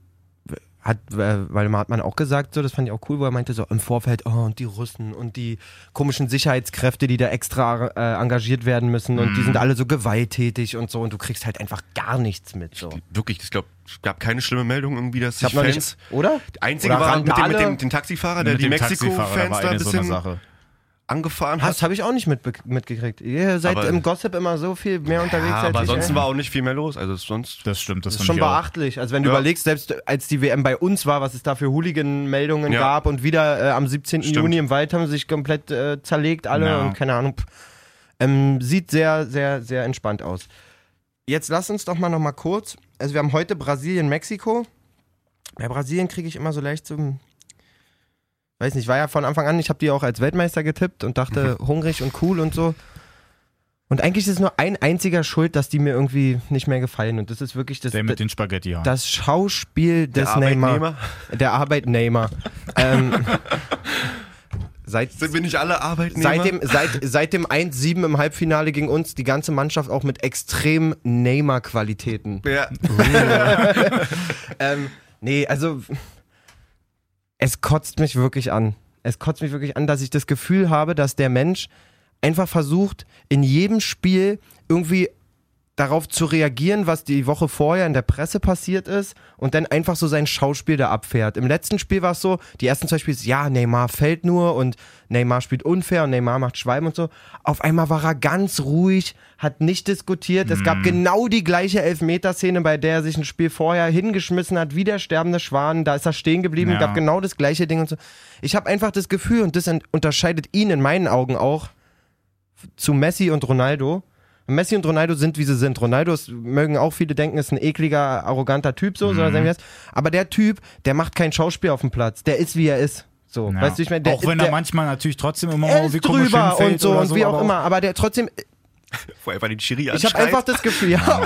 Speaker 2: hat, äh, weil man hat man auch gesagt, so, das fand ich auch cool, wo er meinte, so im Vorfeld, oh, und die Russen und die komischen Sicherheitskräfte, die da extra äh, engagiert werden müssen und
Speaker 3: Mhm.
Speaker 2: die sind alle so gewalttätig und so und du kriegst halt einfach gar nichts mit. So.
Speaker 3: Wirklich, ich glaube, es gab keine schlimme Meldung irgendwie, dass
Speaker 2: Ich
Speaker 3: sich
Speaker 2: hab noch
Speaker 3: Fans.
Speaker 2: nicht, oder?
Speaker 3: der einzige
Speaker 2: oder
Speaker 3: war mit dem, mit
Speaker 2: Randale?
Speaker 3: dem, dem Taxifahrer, der
Speaker 4: Mit
Speaker 3: die
Speaker 4: dem Taxifahrer,
Speaker 3: Mexiko-Fans
Speaker 4: war
Speaker 3: da ein
Speaker 4: eine so eine
Speaker 3: bisschen
Speaker 4: Sache.
Speaker 3: angefahren hat.
Speaker 2: Das habe ich auch nicht mitbe mitgekriegt. Ihr seid
Speaker 3: Aber-
Speaker 2: im Gossip immer so viel mehr unterwegs
Speaker 3: Ja,
Speaker 2: als
Speaker 3: aber
Speaker 2: ich.
Speaker 3: ansonsten
Speaker 2: ey.
Speaker 3: war auch nicht viel mehr los. Also sonst.
Speaker 4: Das stimmt,
Speaker 2: halt Das
Speaker 4: das,
Speaker 2: ist
Speaker 4: fand
Speaker 2: schon
Speaker 4: ich auch.
Speaker 2: beachtlich. Also wenn du
Speaker 3: Ja.
Speaker 2: überlegst, selbst als die WM bei uns war, was es da für Hooligan-Meldungen
Speaker 3: Ja.
Speaker 2: gab und wieder äh, am 17.
Speaker 3: Stimmt.
Speaker 2: Juni im Wald haben sie sich komplett äh, zerlegt alle
Speaker 4: Ja.
Speaker 2: und keine Ahnung. pff. Ähm, sieht sehr, sehr, sehr entspannt aus. Jetzt lass uns doch mal noch mal kurz, also wir haben heute Brasilien, Mexiko. Bei Brasilien kriege ich immer so leicht zum weiß nicht, war ja von Anfang an, ich habe die auch als Weltmeister getippt und dachte
Speaker 4: Mhm.
Speaker 2: hungrig und cool und so. Und eigentlich ist nur ein einziger Schuld, dass die mir irgendwie nicht mehr gefallen. Und das ist wirklich das,
Speaker 4: Der mit den Spaghetti haben.
Speaker 2: das Schauspiel des Neymar. Der Arbeitnehmer. ähm, seit,
Speaker 3: Sind wir nicht alle Arbeitnehmer?
Speaker 2: seit dem, seit, seit dem 1-7 im Halbfinale gegen uns die ganze Mannschaft auch mit extrem Neymar-Qualitäten.
Speaker 3: Ja.
Speaker 2: Ähm, nee, also es kotzt mich wirklich an. Es kotzt mich wirklich an, dass ich das Gefühl habe, dass der Mensch einfach versucht, in jedem Spiel irgendwie darauf zu reagieren, was die Woche vorher in der Presse passiert ist und dann einfach so sein Schauspiel da abfährt. Im letzten Spiel war es so, die ersten zwei Spiele, ja, Neymar fällt nur und Neymar spielt unfair und Neymar macht Schweiben und so. Auf einmal war er ganz ruhig, hat nicht diskutiert. Es gab genau die gleiche Elfmeterszene, bei der er sich ein Spiel vorher hingeschmissen hat, wie der sterbende Schwan, da ist er stehen geblieben,
Speaker 4: Ja.
Speaker 2: gab genau das gleiche Ding und so. Ich habe einfach das Gefühl und das ent- unterscheidet ihn in meinen Augen auch zu Messi und Ronaldo. Messi und Ronaldo sind, wie sie sind. Ronaldo ist, mögen auch viele denken, ist ein ekliger, arroganter Typ, so,
Speaker 4: Mhm.
Speaker 2: so sagen wir es. Aber der Typ, der macht kein Schauspiel auf dem Platz. Der ist, wie er ist. So,
Speaker 4: Ja.
Speaker 2: weißt du, ich meine, der,
Speaker 4: auch wenn er
Speaker 2: der,
Speaker 4: manchmal natürlich trotzdem immer
Speaker 2: er
Speaker 4: irgendwie
Speaker 2: ist
Speaker 4: komisch
Speaker 2: drüber
Speaker 4: hinfällt
Speaker 2: und so
Speaker 4: oder
Speaker 2: und wie
Speaker 4: aber
Speaker 2: auch immer. Aber der trotzdem,
Speaker 3: Wo einfach den Schiri
Speaker 2: ich habe einfach das Gefühl, ja,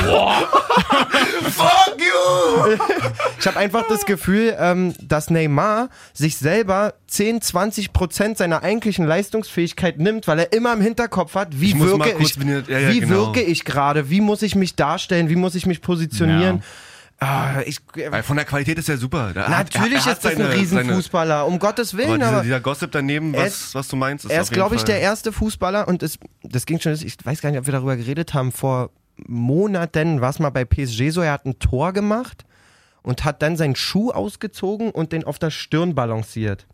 Speaker 3: Fuck you!
Speaker 2: Ich habe einfach das Gefühl, ähm, dass Neymar sich selber 10, 20 Prozent seiner eigentlichen Leistungsfähigkeit nimmt, weil er immer im Hinterkopf hat, wie
Speaker 3: Ich muss mal
Speaker 2: wirke
Speaker 3: kurz
Speaker 2: ich,
Speaker 3: bin hier- ja, ja,
Speaker 2: wie
Speaker 3: genau.
Speaker 2: wirke ich gerade, wie muss ich mich darstellen, wie muss ich mich positionieren. Ah, ich,
Speaker 3: Weil von der Qualität ist er super. Da hat-
Speaker 2: natürlich
Speaker 3: er hat
Speaker 2: ist das
Speaker 3: seine-
Speaker 2: ein Riesenfußballer, um Gottes
Speaker 3: Seine,
Speaker 2: Willen,
Speaker 3: aber dieser,
Speaker 2: aber
Speaker 3: dieser Gossip daneben,
Speaker 2: Er
Speaker 3: was,
Speaker 2: ist-
Speaker 3: was du meinst, ist
Speaker 2: er
Speaker 3: auf
Speaker 2: ist,
Speaker 3: jeden
Speaker 2: glaube ich,
Speaker 3: Fall-
Speaker 2: der erste Fußballer und es, das ging schon, ich weiß gar nicht, ob wir darüber geredet haben, vor Monaten war es mal bei PSG so, er hat ein Tor gemacht und hat dann seinen Schuh ausgezogen und den auf der Stirn balanciert.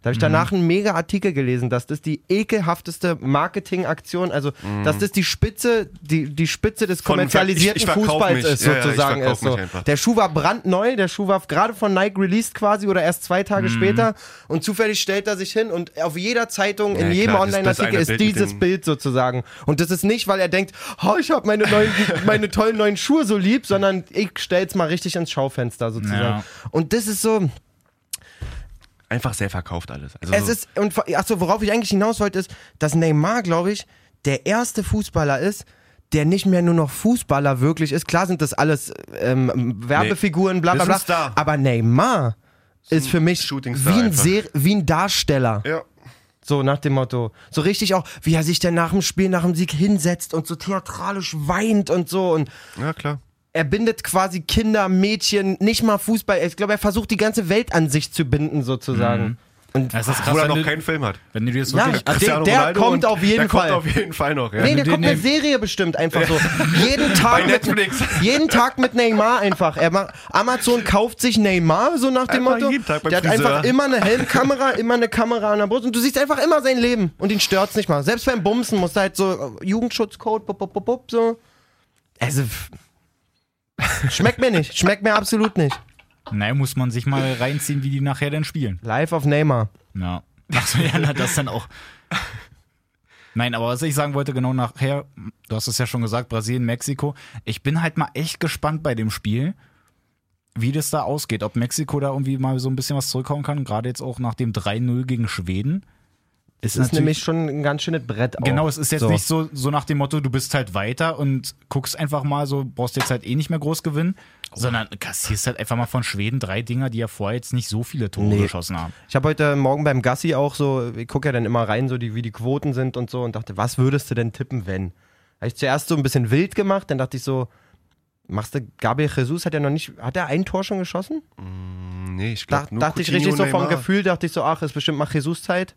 Speaker 2: Da habe
Speaker 3: Mhm.
Speaker 2: ich danach einen mega Artikel gelesen, dass das die ekelhafteste Marketingaktion, also dass das die Spitze, die, die Spitze des
Speaker 3: Mhm. Von-
Speaker 2: kommerzialisierten
Speaker 3: ich- ich verkauf
Speaker 2: Fußballs
Speaker 3: mich.
Speaker 2: ist,
Speaker 3: Ja, ja, ich
Speaker 2: sozusagen.
Speaker 3: verkauf
Speaker 2: ist so.
Speaker 3: mich einfach.
Speaker 2: Der Schuh war brandneu, der Schuh war gerade von Nike released quasi oder erst zwei Tage
Speaker 3: Mhm.
Speaker 2: später und zufällig stellt er sich hin und auf jeder Zeitung, in
Speaker 3: Ja,
Speaker 2: jedem
Speaker 3: klar, das- das
Speaker 2: Online-Artikel
Speaker 3: eine
Speaker 2: ist
Speaker 3: Bild mit
Speaker 2: dieses
Speaker 3: dem-
Speaker 2: Bild sozusagen. Und das ist nicht, weil er denkt, oh, ich habe meine, neuen- meine tollen neuen Schuhe so lieb, sondern ich stell's mal richtig ins Schaufenster sozusagen.
Speaker 4: Ja.
Speaker 2: Und das ist so,
Speaker 3: Einfach sehr verkauft alles. Also
Speaker 2: es
Speaker 3: so-
Speaker 2: ist, und achso, worauf ich eigentlich hinaus wollte, ist, dass Neymar, glaube ich, der erste Fußballer ist, der nicht mehr nur noch Fußballer wirklich ist. Klar sind das alles ähm, Werbefiguren, bla bla
Speaker 3: ist ein
Speaker 2: bla.
Speaker 3: Star.
Speaker 2: Aber Neymar ist für mich wie
Speaker 3: Shootingstar
Speaker 2: ein,
Speaker 3: einfach.
Speaker 2: Ser wie ein Darsteller.
Speaker 3: ja.
Speaker 2: So nach dem Motto. So richtig auch, wie er sich dann nach dem Spiel, nach dem Sieg hinsetzt und so theatralisch weint und so. Und
Speaker 3: ja, klar.
Speaker 2: er bindet quasi Kinder, Mädchen, nicht mal Fußball. Ich glaube, er versucht die ganze Welt an sich zu binden sozusagen.
Speaker 3: Mhm.
Speaker 2: Und
Speaker 4: Das ist krass,
Speaker 3: Wo er
Speaker 4: wenn
Speaker 3: noch
Speaker 4: du,
Speaker 3: keinen Film hat.
Speaker 4: wenn du dir das
Speaker 2: Ja,
Speaker 4: wirklich
Speaker 2: also der- der
Speaker 3: Ronaldo
Speaker 2: kommt
Speaker 3: und-
Speaker 2: auf jeden
Speaker 3: der
Speaker 2: Fall.
Speaker 3: kommt auf jeden Fall noch, ja.
Speaker 2: Nee, der
Speaker 4: du
Speaker 2: kommt
Speaker 4: den
Speaker 2: eine Serie bestimmt einfach so. Jeden Tag,
Speaker 3: Also Bei
Speaker 2: mit,
Speaker 3: Netflix.
Speaker 2: jeden Tag mit Neymar einfach. Er macht, Amazon kauft sich Neymar, so nach dem
Speaker 3: Einfach
Speaker 2: Motto.
Speaker 3: jeden Tag beim
Speaker 2: der hat
Speaker 3: Friseur.
Speaker 2: einfach immer eine Helmkamera, immer eine Kamera an der Brust und du siehst einfach immer sein Leben und ihn stört's nicht mal. Selbst beim Bumsen muss er halt so äh, Jugendschutzcode, bup, bup, bup, bup, so. Also, f- schmeckt mir nicht. Schmeckt mir absolut nicht.
Speaker 4: Nein, muss man sich mal reinziehen, wie die nachher dann spielen.
Speaker 2: Live auf Neymar.
Speaker 4: Ja. Achso, ja, na, das dann auch. Nein, aber was ich sagen wollte, genau nachher, du hast es ja schon gesagt, Brasilien, Mexiko. Ich bin halt mal echt gespannt bei dem Spiel, wie das da ausgeht. Ob Mexiko da irgendwie mal so ein bisschen was zurückhauen kann, gerade jetzt auch nach dem 3-0 gegen Schweden.
Speaker 2: Das
Speaker 4: Ist,
Speaker 2: ist
Speaker 4: natürlich-
Speaker 2: nämlich schon ein ganz schönes Brett. Auch.
Speaker 4: Genau, es ist jetzt
Speaker 2: Oh, So.
Speaker 4: nicht so, so nach dem Motto, du bist halt weiter und guckst einfach mal so, brauchst jetzt halt eh nicht mehr groß gewinnen,
Speaker 2: Oh.
Speaker 4: sondern kassierst halt einfach mal von Schweden drei Dinger, die ja vorher jetzt nicht so viele Tore
Speaker 2: Nee.
Speaker 4: geschossen haben.
Speaker 2: Ich habe heute Morgen beim Gassi auch so, ich gucke ja dann immer rein, so die, wie die Quoten sind und so und dachte, was würdest du denn tippen, wenn? Habe ich zuerst so ein bisschen wild gemacht, dann dachte ich so, Machst du, Gabriel Jesus hat ja noch nicht, hat er ein Tor schon geschossen?
Speaker 3: Nee, ich
Speaker 2: Da,
Speaker 3: glaube nur
Speaker 2: dachte ich
Speaker 3: Coutinho
Speaker 2: richtig so
Speaker 3: und
Speaker 2: vom
Speaker 3: Neymar. Mhm.
Speaker 2: Gefühl, dachte ich so, ach, ist bestimmt mal Jesus Zeit.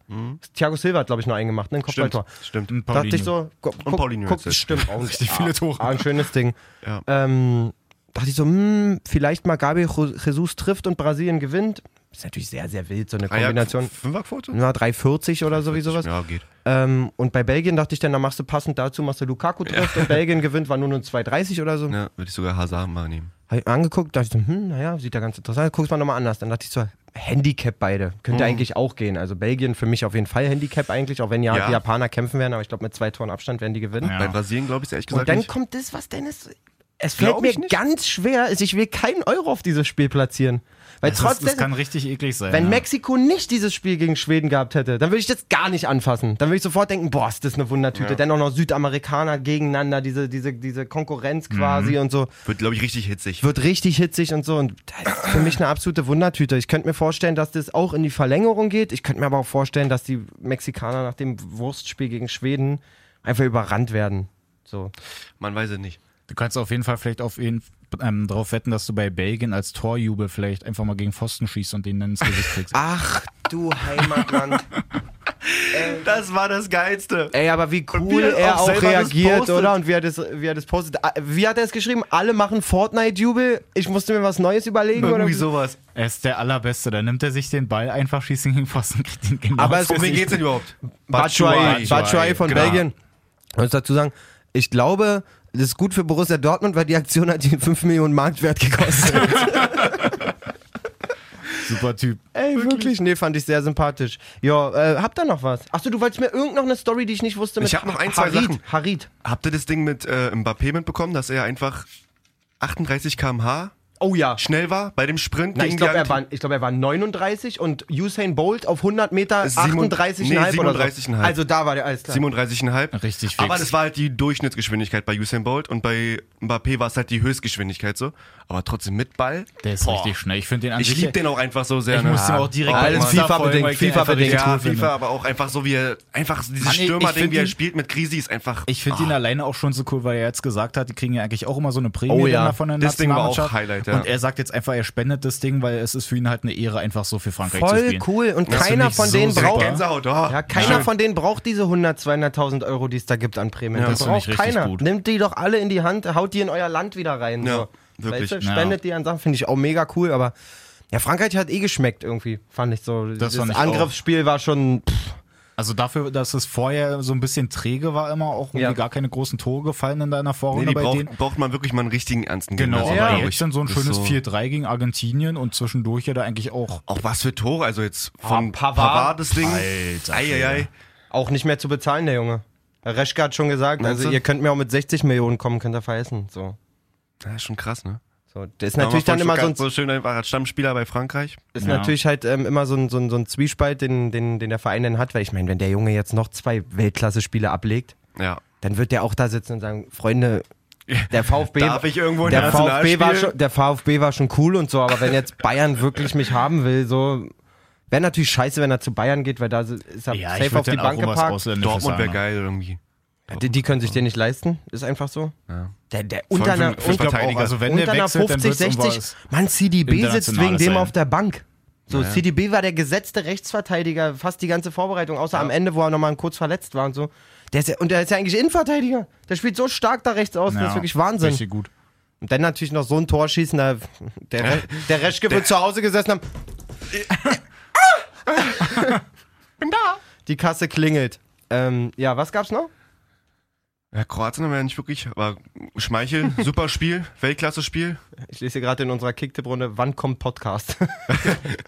Speaker 2: Thiago Silva hat, glaube ich, noch einen gemacht, ne? Ein
Speaker 3: Stimmt,
Speaker 2: Kopfballtor.
Speaker 3: stimmt.
Speaker 4: Und
Speaker 2: Dachte ich
Speaker 4: Paulinho.
Speaker 2: so, gu guck,
Speaker 3: Paulinho
Speaker 2: guck,
Speaker 3: jetzt.
Speaker 2: stimmt auch
Speaker 4: Richtig viele Tore.
Speaker 2: Ah, ein schönes Ding.
Speaker 3: Ja.
Speaker 2: Ähm, dachte ich so, hm, vielleicht mal Gabriel Jesus trifft und Brasilien gewinnt. Ist natürlich sehr, sehr wild, so eine
Speaker 3: Ah ja,
Speaker 2: Kombination.
Speaker 3: Fünferquote?
Speaker 2: Na, 3,40 oder so, wie sowas.
Speaker 3: Ja, geht.
Speaker 2: Ähm, und bei Belgien dachte ich dann, da machst du passend dazu, machst du Lukaku trifft und Belgien gewinnt, war nur nur 2,30 oder so.
Speaker 3: Ja, würde ich sogar Hazard mal nehmen.
Speaker 2: Hab ich mir angeguckt, dachte ich so, hm, naja, sieht ja ganz interessant aus. Guck's mal nochmal anders. Dann dachte ich so, Handicap beide. Könnte
Speaker 3: Mhm.
Speaker 2: eigentlich auch gehen. Also Belgien für mich auf jeden Fall Handicap eigentlich, auch wenn ja,
Speaker 3: Ja.
Speaker 2: die Japaner kämpfen werden, aber ich glaube, mit zwei Toren Abstand werden die gewinnen.
Speaker 4: Ja.
Speaker 3: Bei Brasilien glaube ich ehrlich gesagt
Speaker 2: Und dann
Speaker 3: nicht.
Speaker 2: kommt das, was Dennis. Es
Speaker 3: Glaub
Speaker 2: fällt mir
Speaker 3: ich nicht.
Speaker 2: ganz schwer, also ich will keinen Euro auf dieses Spiel platzieren. Weil
Speaker 4: Das, ist,
Speaker 2: trotzdem,
Speaker 4: das kann richtig eklig sein.
Speaker 2: wenn
Speaker 4: ja.
Speaker 2: Mexiko nicht dieses Spiel gegen Schweden gehabt hätte, dann würde ich das gar nicht anfassen. Dann würde ich sofort denken, boah, ist das eine Wundertüte. Dann auch noch Südamerikaner gegeneinander, diese, diese, diese Konkurrenz quasi und so.
Speaker 3: Wird, glaube ich, richtig hitzig.
Speaker 2: Wird richtig hitzig und so. Und das ist für mich eine absolute Wundertüte. Ich könnte mir vorstellen, dass das auch in die Verlängerung geht. Ich könnte mir aber auch vorstellen, dass die Mexikaner nach dem Wurstspiel gegen Schweden einfach überrannt werden. So.
Speaker 3: Man weiß es nicht.
Speaker 4: Du kannst auf jeden Fall vielleicht auf ihn ähm, drauf wetten, dass du bei Belgien als Torjubel vielleicht einfach mal gegen Pfosten schießt und den dann ins Gesicht kriegst.
Speaker 2: Ach du Heimatland. Äh,
Speaker 3: Das war das Geilste.
Speaker 2: Ey, aber wie cool
Speaker 3: wie er
Speaker 2: er
Speaker 3: auch
Speaker 2: auch
Speaker 3: selber das
Speaker 2: reagiert,
Speaker 3: postet.
Speaker 2: oder? Und wie er, das, wie er das postet. Ah, Wie hat er es geschrieben? Alle machen Fortnite-Jubel. Ich musste mir was Neues überlegen. Oder
Speaker 3: Irgendwie
Speaker 2: wie?
Speaker 3: sowas.
Speaker 4: er ist der Allerbeste. Dann nimmt er sich den Ball einfach, schießt ihn gegen Pfosten und kriegt ihn genau
Speaker 2: Aber
Speaker 4: ins
Speaker 2: es-
Speaker 3: Um wen
Speaker 4: Gesicht.
Speaker 3: geht's denn überhaupt?
Speaker 2: Batshuayi,
Speaker 4: Batshuayi.
Speaker 2: Batshuayi von
Speaker 4: Genau.
Speaker 2: Belgien. Ich muss dazu sagen, ich glaube, das ist gut für Borussia Dortmund, weil die Aktion hat ihn 5 Millionen Marktwert gekostet.
Speaker 4: Super Typ.
Speaker 2: Ey, wirklich? Nee, fand ich sehr sympathisch. Jo, äh, habt ihr noch was? Achso, du wolltest mir irgend noch eine Story, die ich nicht wusste. Mit
Speaker 3: Ich hab noch ein, zwei
Speaker 2: Harid.
Speaker 3: Sachen.
Speaker 2: Harid.
Speaker 3: Habt ihr das Ding mit äh, Mbappé mitbekommen, dass er einfach 38 km/h
Speaker 2: Oh ja.
Speaker 3: schnell war bei dem Sprint
Speaker 2: Na,
Speaker 3: gegen
Speaker 2: ich glaube,
Speaker 3: die
Speaker 2: er, war- ich glaub, er war 39 und Usain Bolt auf 100 Meter
Speaker 3: Siebenund-
Speaker 2: 38,5
Speaker 3: nee,
Speaker 2: oder so.
Speaker 3: 37,5.
Speaker 2: Also da war der alles klar.
Speaker 3: 37,5.
Speaker 4: Richtig fix.
Speaker 3: Aber das war halt die Durchschnittsgeschwindigkeit bei Usain Bolt und bei Mbappé war es halt die Höchstgeschwindigkeit so. Aber trotzdem mit Ball.
Speaker 4: Der ist richtig schnell. Also Ich finde den an
Speaker 3: Ich
Speaker 4: sich-
Speaker 3: liebe den auch einfach so sehr.
Speaker 4: Ich
Speaker 3: ne?
Speaker 4: muss dem
Speaker 3: Ja.
Speaker 4: auch direkt
Speaker 3: Oh,
Speaker 4: bei
Speaker 2: alles
Speaker 3: Mann.
Speaker 4: Insta
Speaker 2: FIFA
Speaker 4: folgen, weil ich den
Speaker 2: bedingt,
Speaker 4: einfach
Speaker 2: FIFA bedingt.
Speaker 4: richtig
Speaker 3: Ja,
Speaker 4: cool finde.
Speaker 3: FIFA, aber auch einfach so wie er, einfach so dieses
Speaker 4: Mann, ich- ich
Speaker 3: Stürmerding,
Speaker 4: find
Speaker 3: wie er
Speaker 4: ihn-
Speaker 3: spielt mit Grisi, ist einfach.
Speaker 4: Ich finde
Speaker 2: Ah.
Speaker 4: ihn alleine auch schon so cool, weil er jetzt gesagt hat, die kriegen ja eigentlich auch immer so eine Prämie
Speaker 2: Oh
Speaker 4: oh,
Speaker 2: ja,
Speaker 4: ja. von der
Speaker 3: das Ding war auch
Speaker 4: Nationalmannschaft.
Speaker 3: Highlight, ja.
Speaker 4: Und er sagt jetzt einfach, er spendet das Ding, weil es ist für ihn halt eine Ehre, einfach so für Frankreich zu
Speaker 2: Voll
Speaker 4: spielen.
Speaker 2: cool. Und
Speaker 4: Das
Speaker 2: keiner
Speaker 4: find ich
Speaker 2: von
Speaker 4: so
Speaker 2: denen
Speaker 4: super.
Speaker 2: braucht.
Speaker 3: Gänsehaut, oh.
Speaker 2: Ja, keiner
Speaker 3: Ja.
Speaker 2: von denen braucht diese 100, 200.000 Euro, die es da gibt an Prämien.
Speaker 4: das
Speaker 2: das
Speaker 4: find ich
Speaker 2: braucht
Speaker 4: richtig
Speaker 2: keiner.
Speaker 4: gut.
Speaker 2: Nimmt die doch alle in die Hand, haut die in euer Land wieder rein.
Speaker 3: Ja,
Speaker 2: so.
Speaker 3: wirklich.
Speaker 2: Weißt du, spendet die an Sachen, finde ich auch mega cool, aber ja, Frankreich hat eh geschmeckt irgendwie, fand ich so.
Speaker 4: Das fand ich auch.
Speaker 2: Angriffsspiel war schon. Pff,
Speaker 4: Also dafür, dass es vorher so ein bisschen träge war immer, auch irgendwie
Speaker 2: Ja.
Speaker 4: gar keine großen Tore gefallen in deiner
Speaker 3: nee,
Speaker 4: Vorrunde
Speaker 3: die
Speaker 4: bei
Speaker 3: braucht,
Speaker 4: denen.
Speaker 3: braucht man wirklich mal einen richtigen ernsten
Speaker 4: Genau,
Speaker 3: Gegner.
Speaker 4: aber
Speaker 3: glaub
Speaker 4: jetzt dann so ein
Speaker 3: Das
Speaker 4: schönes
Speaker 3: ist
Speaker 4: 4-3 gegen Argentinien und zwischendurch ja da eigentlich auch.
Speaker 3: Auch was für Tore, also jetzt von
Speaker 2: Ah, Pavard.
Speaker 3: Pavard. das Ding.
Speaker 4: Alter
Speaker 3: Eieiei.
Speaker 2: auch nicht mehr zu bezahlen, der Junge. Reschke hat schon gesagt,
Speaker 3: Meinst
Speaker 2: also
Speaker 3: du?
Speaker 2: ihr könnt mir auch mit 60 Millionen kommen, könnt ihr verheißen. So.
Speaker 3: Ja, ist schon krass, ne?
Speaker 2: So, das ist
Speaker 3: Ja,
Speaker 2: natürlich
Speaker 3: man
Speaker 2: dann
Speaker 3: von
Speaker 2: immer so ein,
Speaker 3: Stuttgart so schön einfach als Stammspieler bei Frankreich.
Speaker 2: ist
Speaker 4: Ja.
Speaker 2: natürlich halt ähm, immer so ein, so, ein, so ein Zwiespalt, den, den, den der Verein dann hat, weil ich meine, wenn der Junge jetzt noch zwei Weltklasse-Spiele ablegt,
Speaker 3: Ja.
Speaker 2: dann wird der auch da sitzen und sagen, Freunde, der VfB,
Speaker 3: Darf ich irgendwo in
Speaker 2: der, VfB war
Speaker 3: Nationalspiel?
Speaker 2: schon, der VfB war schon cool und so, aber wenn jetzt Bayern wirklich mich haben will, so wäre natürlich scheiße, wenn er zu Bayern geht, weil da ist er safe
Speaker 4: würd
Speaker 2: auf die
Speaker 4: dann
Speaker 2: Bank
Speaker 4: auch was
Speaker 2: geparkt.
Speaker 4: Ausländisches
Speaker 3: Dortmund wäre
Speaker 4: sagen.
Speaker 3: geil irgendwie.
Speaker 2: Die, die können sich den nicht leisten, ist einfach so.
Speaker 3: Ja.
Speaker 2: Der, der unter
Speaker 3: allem
Speaker 2: einer,
Speaker 3: für- für
Speaker 4: Ich
Speaker 2: unter,
Speaker 4: glaub auch,
Speaker 3: Verteidiger.
Speaker 4: also wenn
Speaker 2: unter
Speaker 4: der
Speaker 2: einer
Speaker 4: wechselt,
Speaker 2: 50,
Speaker 4: dann wird's
Speaker 2: 60. Mann, CDB sitzt wegen
Speaker 4: Internationales
Speaker 2: dem
Speaker 4: sein.
Speaker 2: auf der Bank. So, CDB war der gesetzte Rechtsverteidiger, fast die ganze Vorbereitung, außer am Ende, wo er nochmal kurz verletzt war und so. Der ist ja, und der ist ja eigentlich Innenverteidiger. Der spielt so stark da rechts aus, das ist wirklich Wahnsinn.
Speaker 4: Richtig gut.
Speaker 2: Und dann natürlich noch so ein Tor schießen, da, der, Re- der Reschke wird zu Hause gesessen haben. Bin da. Die Kasse klingelt. Ähm, ja, was gab's noch?
Speaker 3: Ja, Kroatien haben wir ja nicht wirklich, aber Schmeichel, super Spiel, Weltklasse-Spiel.
Speaker 2: Ich lese hier gerade in unserer Kicktipp-Runde, wann kommt Podcast?